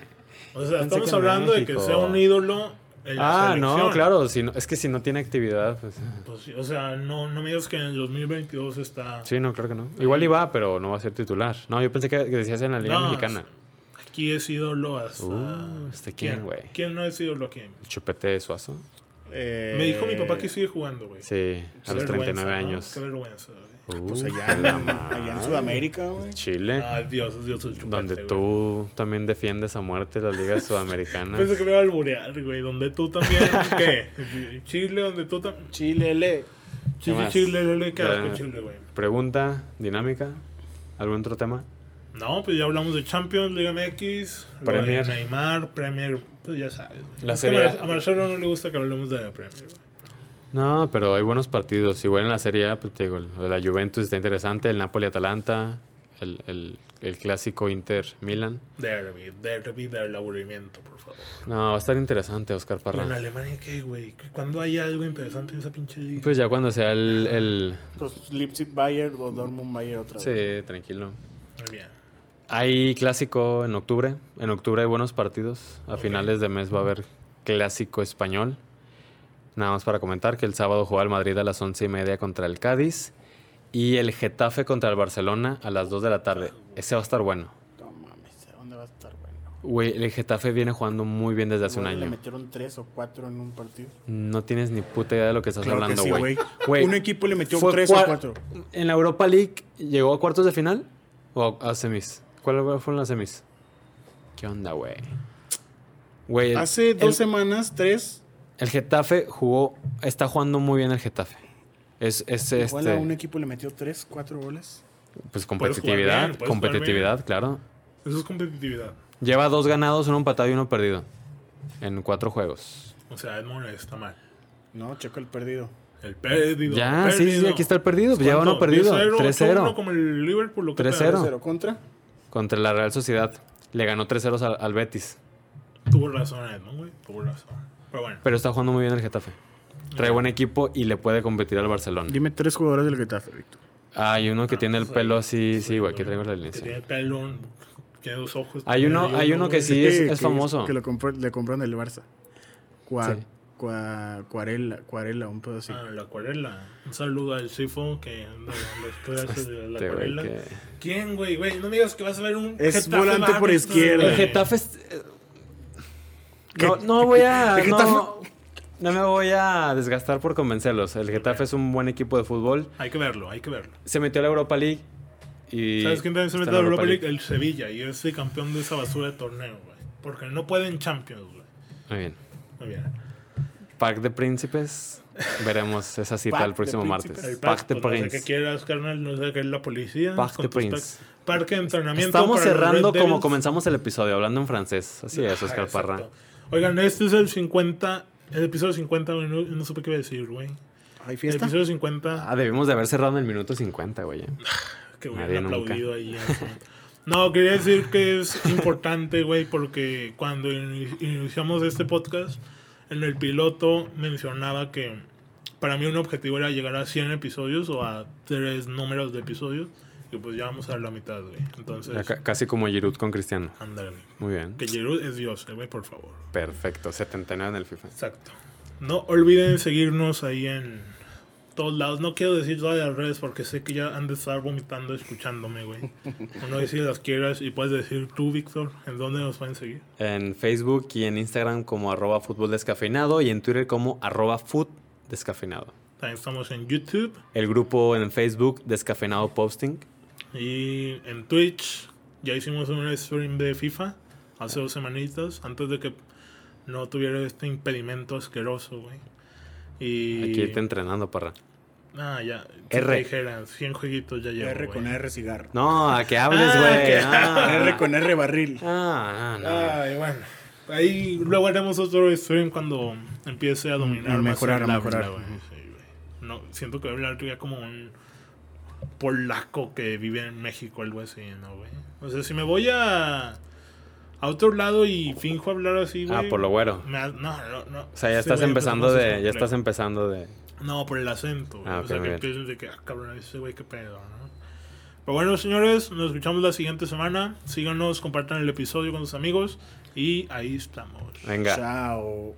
Speaker 1: O sea,
Speaker 3: Pensé
Speaker 1: estamos
Speaker 3: que
Speaker 1: hablando de
Speaker 3: México.
Speaker 1: que sea un ídolo en la
Speaker 3: Ah,
Speaker 1: selección.
Speaker 3: no, claro. si no- es que si no tiene actividad, pues.
Speaker 1: Pues, o sea, no, no me digas que en el 2022 está...
Speaker 3: Sí, no, claro que no. Igual iba, pero no va a ser titular. No, yo pensé que, que decías en la Liga
Speaker 1: No,
Speaker 3: Mexicana.
Speaker 1: Aquí es ídolo hasta...
Speaker 3: Uh, ¿este quién, güey?
Speaker 1: ¿Quién no es ídolo aquí?
Speaker 3: El chupete de Suazo.
Speaker 2: Eh,
Speaker 1: Me dijo mi papá que sigue jugando, güey.
Speaker 3: Sí, a
Speaker 1: Qué
Speaker 3: los
Speaker 1: vergüenza,
Speaker 3: 39
Speaker 1: ¿no?
Speaker 3: años.
Speaker 1: Qué vergüenza, güey.
Speaker 3: Uh,
Speaker 2: Pues allá,
Speaker 3: la
Speaker 2: allá en
Speaker 3: madre.
Speaker 2: Sudamérica, güey.
Speaker 3: Chile,
Speaker 1: Ay, Dios, Dios, el chupete,
Speaker 3: Eh. donde
Speaker 1: güey.
Speaker 3: tú también defiendes a muerte las
Speaker 1: <laughs>
Speaker 3: ligas sudamericanas.
Speaker 1: Pensé que me iba a alburear, güey. Donde tú
Speaker 3: <laughs>
Speaker 1: también... ¿Qué? Chile, donde tú también...
Speaker 2: Chile, L.
Speaker 1: Chile,
Speaker 3: más?
Speaker 1: Chile, Lele, ¿qué
Speaker 3: Ya.
Speaker 1: asco, Chile, güey?
Speaker 3: Pregunta, dinámica, algún otro tema.
Speaker 1: No, pues ya hablamos de Champions, Liga MX, lo de
Speaker 3: Premier.
Speaker 1: Neymar, Premier, pues ya sabes. güey.
Speaker 3: La
Speaker 1: Es que
Speaker 3: Serie
Speaker 1: a Mar-
Speaker 3: A.
Speaker 1: a Marcelo no le gusta que hablemos de la Premier. güey.
Speaker 3: No, pero hay buenos partidos. Igual en la Serie A, pues te digo, lo de la Juventus está interesante, el Napoli-Atalanta, el, el- el clásico Inter-Milan.
Speaker 1: Derby, derby del aburrimiento, por favor.
Speaker 3: No, va a estar interesante, Oscar
Speaker 1: Pero en
Speaker 3: Parra.
Speaker 1: Alemania, ¿qué, güey? ¿Qué- ¿Cuándo hay algo interesante en esa pinche liga?
Speaker 3: Pues ya cuando sea el... el-
Speaker 2: Pues Leipzig Bayer o Dortmund Bayer otra vez.
Speaker 3: Sí, tranquilo.
Speaker 1: Muy bien.
Speaker 3: Hay clásico en octubre. En octubre hay buenos partidos. A finales de mes va a haber clásico español. Nada más para comentar que el sábado juega el Madrid a las once y media contra el Cádiz. Y el Getafe contra el Barcelona a las 2 de la tarde. Ese va a estar bueno.
Speaker 2: No mames, ¿a dónde va a estar, güey?
Speaker 3: Güey, el Getafe viene jugando muy bien desde hace un
Speaker 2: Igual Le
Speaker 3: año.
Speaker 2: metieron tres o cuatro en un partido.
Speaker 3: No tienes ni puta idea de lo que estás
Speaker 2: Claro que
Speaker 3: hablando,
Speaker 2: sí,
Speaker 3: güey. Güey,
Speaker 2: Un equipo le metió
Speaker 3: fue
Speaker 2: tres o
Speaker 3: cua-
Speaker 2: cuatro.
Speaker 3: ¿En la Europa League llegó a cuartos de final o a semis? ¿Cuáles fueron las semis? ¿Qué onda, güey? Güey, el-
Speaker 2: Hace dos
Speaker 3: el-
Speaker 2: semanas, tres,
Speaker 3: El Getafe jugó, está jugando muy bien el Getafe. Es, es
Speaker 2: igual a un
Speaker 3: este,
Speaker 2: equipo le metió tres, cuatro goles.
Speaker 1: Puedes
Speaker 3: pues
Speaker 1: jugar
Speaker 3: competitividad,
Speaker 1: bien, puedes jugar
Speaker 3: competitividad, claro.
Speaker 1: Eso es competitividad.
Speaker 3: Lleva dos ganados, un empatado y uno perdido en cuatro juegos.
Speaker 1: O sea, Edmond está mal.
Speaker 2: No, checa el perdido.
Speaker 1: El perdido.
Speaker 3: Ya,
Speaker 1: el
Speaker 3: sí, sí,
Speaker 1: perdido.
Speaker 3: aquí está el perdido, pues ya
Speaker 1: ¿Cuánto?
Speaker 3: uno perdido,
Speaker 1: 10-0,
Speaker 3: 3-0.
Speaker 1: 8-1 como el Liverpool, lo que
Speaker 3: 3-0.
Speaker 1: tal.
Speaker 2: Cero contra.
Speaker 3: contra la Real Sociedad. Le ganó 3-0 al, al Betis,
Speaker 1: Tuvo razón Edmond, güey. Tuvo razón. Pero bueno.
Speaker 3: pero está jugando muy bien el Getafe. Trae buen equipo y le puede competir al Barcelona.
Speaker 2: Dime tres jugadores del Getafe, Víctor.
Speaker 3: Hay uno que tiene el
Speaker 1: pues,
Speaker 3: pelo así, sí, güey, aquí traigo la
Speaker 1: Que
Speaker 3: línea.
Speaker 1: tiene pelo, tiene dos ojos.
Speaker 3: Hay uno-
Speaker 1: tiene
Speaker 3: hay uno que
Speaker 1: güey.
Speaker 3: sí es- es famoso.
Speaker 2: Que lo compró, le compraron el Barça. Cua,
Speaker 3: Sí.
Speaker 2: cua- cuarela, cuarela, un pedo así.
Speaker 1: Ah, la acuarela. Un saludo al Sifo que anda en las clases de la
Speaker 3: Este, güey,
Speaker 1: acuarela.
Speaker 3: que-
Speaker 1: ¿Quién, güey? Güey, no me digas que vas a ver un.
Speaker 2: Es volante por
Speaker 1: Barça,
Speaker 2: izquierda.
Speaker 1: güey.
Speaker 3: El Getafe. es- eh,
Speaker 2: ¿Qué?
Speaker 3: No, no voy a.
Speaker 2: El Getafe-
Speaker 3: No, no me voy a desgastar por convencerlos. El Getafe es un buen equipo de fútbol.
Speaker 1: Hay que verlo, hay que verlo.
Speaker 3: Se metió a la Europa League. Y
Speaker 1: ¿Sabes quién también se mete
Speaker 3: está en
Speaker 1: a la Europa League? El Sevilla. Y es el campeón de esa basura de torneo, güey. Porque no pueden Champions, güey.
Speaker 3: Muy bien.
Speaker 1: Muy bien.
Speaker 3: Pack de Príncipes. Veremos esa cita
Speaker 2: Pack
Speaker 3: el próximo
Speaker 2: de
Speaker 3: martes.
Speaker 1: El
Speaker 2: Príncipes.
Speaker 3: Pack de
Speaker 1: pues, No sé qué
Speaker 3: Prince.
Speaker 1: quieras, carnal. No sé qué es la policía.
Speaker 3: Pack
Speaker 1: con
Speaker 3: de
Speaker 1: tus
Speaker 3: Prince.
Speaker 1: packs. Parque de entrenamiento.
Speaker 3: Estamos
Speaker 1: para los
Speaker 3: cerrando
Speaker 1: Red
Speaker 3: como
Speaker 1: Devils.
Speaker 3: comenzamos el episodio, hablando en francés. Así es,
Speaker 1: Ah,
Speaker 3: Oscar Parra.
Speaker 1: exacto. Oigan, este es el 50. El episodio 50, güey. No, no supe qué iba a decir, güey.
Speaker 2: ¿Hay
Speaker 1: El
Speaker 2: fiesta?
Speaker 1: episodio 50.
Speaker 3: Ah, debimos de haber cerrado en el minuto 50, güey. eh.
Speaker 1: que
Speaker 3: Nadie
Speaker 1: hubieran
Speaker 3: nunca.
Speaker 1: aplaudido ahí. así. No, quería decir que es importante, güey, porque cuando in- iniciamos este podcast, en el piloto mencionaba que para mí un objetivo era llegar a 100 episodios o a tres números de episodios, y pues ya vamos a la mitad, güey.
Speaker 3: Ya
Speaker 1: Entonces,
Speaker 3: ca- Casi como Giroud con Cristiano.
Speaker 1: ándale.
Speaker 3: Muy bien.
Speaker 1: Que Giroud es Dios, eh, güey, por favor.
Speaker 3: Perfecto. 79 en el FIFA.
Speaker 1: Exacto. No olviden seguirnos ahí en todos lados. No quiero decir todas las redes porque sé que ya han de estar vomitando escuchándome, güey. Uno dice las quieras y puedes decir tú, Víctor, en dónde nos pueden seguir.
Speaker 3: En Facebook y en Instagram como arroba fútbol descafeinado y en Twitter como arroba food descafeinado.
Speaker 1: También estamos en YouTube
Speaker 3: El grupo en Facebook Descafeinado Posting.
Speaker 1: y en Twitch. Ya hicimos un stream de FIFA hace dos semanitas antes de que no tuviera este impedimento asqueroso, güey. Y...
Speaker 3: Aquí te entrenando, parra.
Speaker 1: Ah, ya.
Speaker 3: R.
Speaker 1: R. Dijeran, 100 jueguitos ya llevo,
Speaker 2: R con
Speaker 1: güey.
Speaker 2: R cigarro.
Speaker 3: No, a que hables,
Speaker 1: Ah,
Speaker 3: güey.
Speaker 1: que- <laughs>
Speaker 3: Ah,
Speaker 2: R con R barril.
Speaker 3: Ah, no, no.
Speaker 1: Ay, bueno. Ahí luego haremos otro stream cuando empiece a dominar
Speaker 2: a
Speaker 1: más
Speaker 2: mejorar,
Speaker 1: el
Speaker 2: a
Speaker 1: habla,
Speaker 2: mejorar.
Speaker 1: güey. Sí, güey. No, siento que hablar ya como un polaco que vive en México, algo así, ¿no, güey? O sea, si me voy a, a otro lado y finjo hablar así, güey.
Speaker 3: Ah, por lo güero.
Speaker 1: me ha- no, no, no.
Speaker 3: O sea, ya
Speaker 1: Sí,
Speaker 3: estás
Speaker 1: güey,
Speaker 3: empezando
Speaker 1: pues, no sé,
Speaker 3: de. Ya
Speaker 1: creo.
Speaker 3: estás empezando de.
Speaker 1: No, por el acento. güey.
Speaker 3: Ah,
Speaker 1: o
Speaker 3: ok,
Speaker 1: sea,
Speaker 3: muy
Speaker 1: que
Speaker 3: bien.
Speaker 1: piensas de que, ah, cabrón, ese güey, qué pedo, ¿no? Pero bueno, señores, nos escuchamos la siguiente semana. Síganos, compartan el episodio con sus amigos y ahí estamos.
Speaker 3: Venga.
Speaker 2: Chao.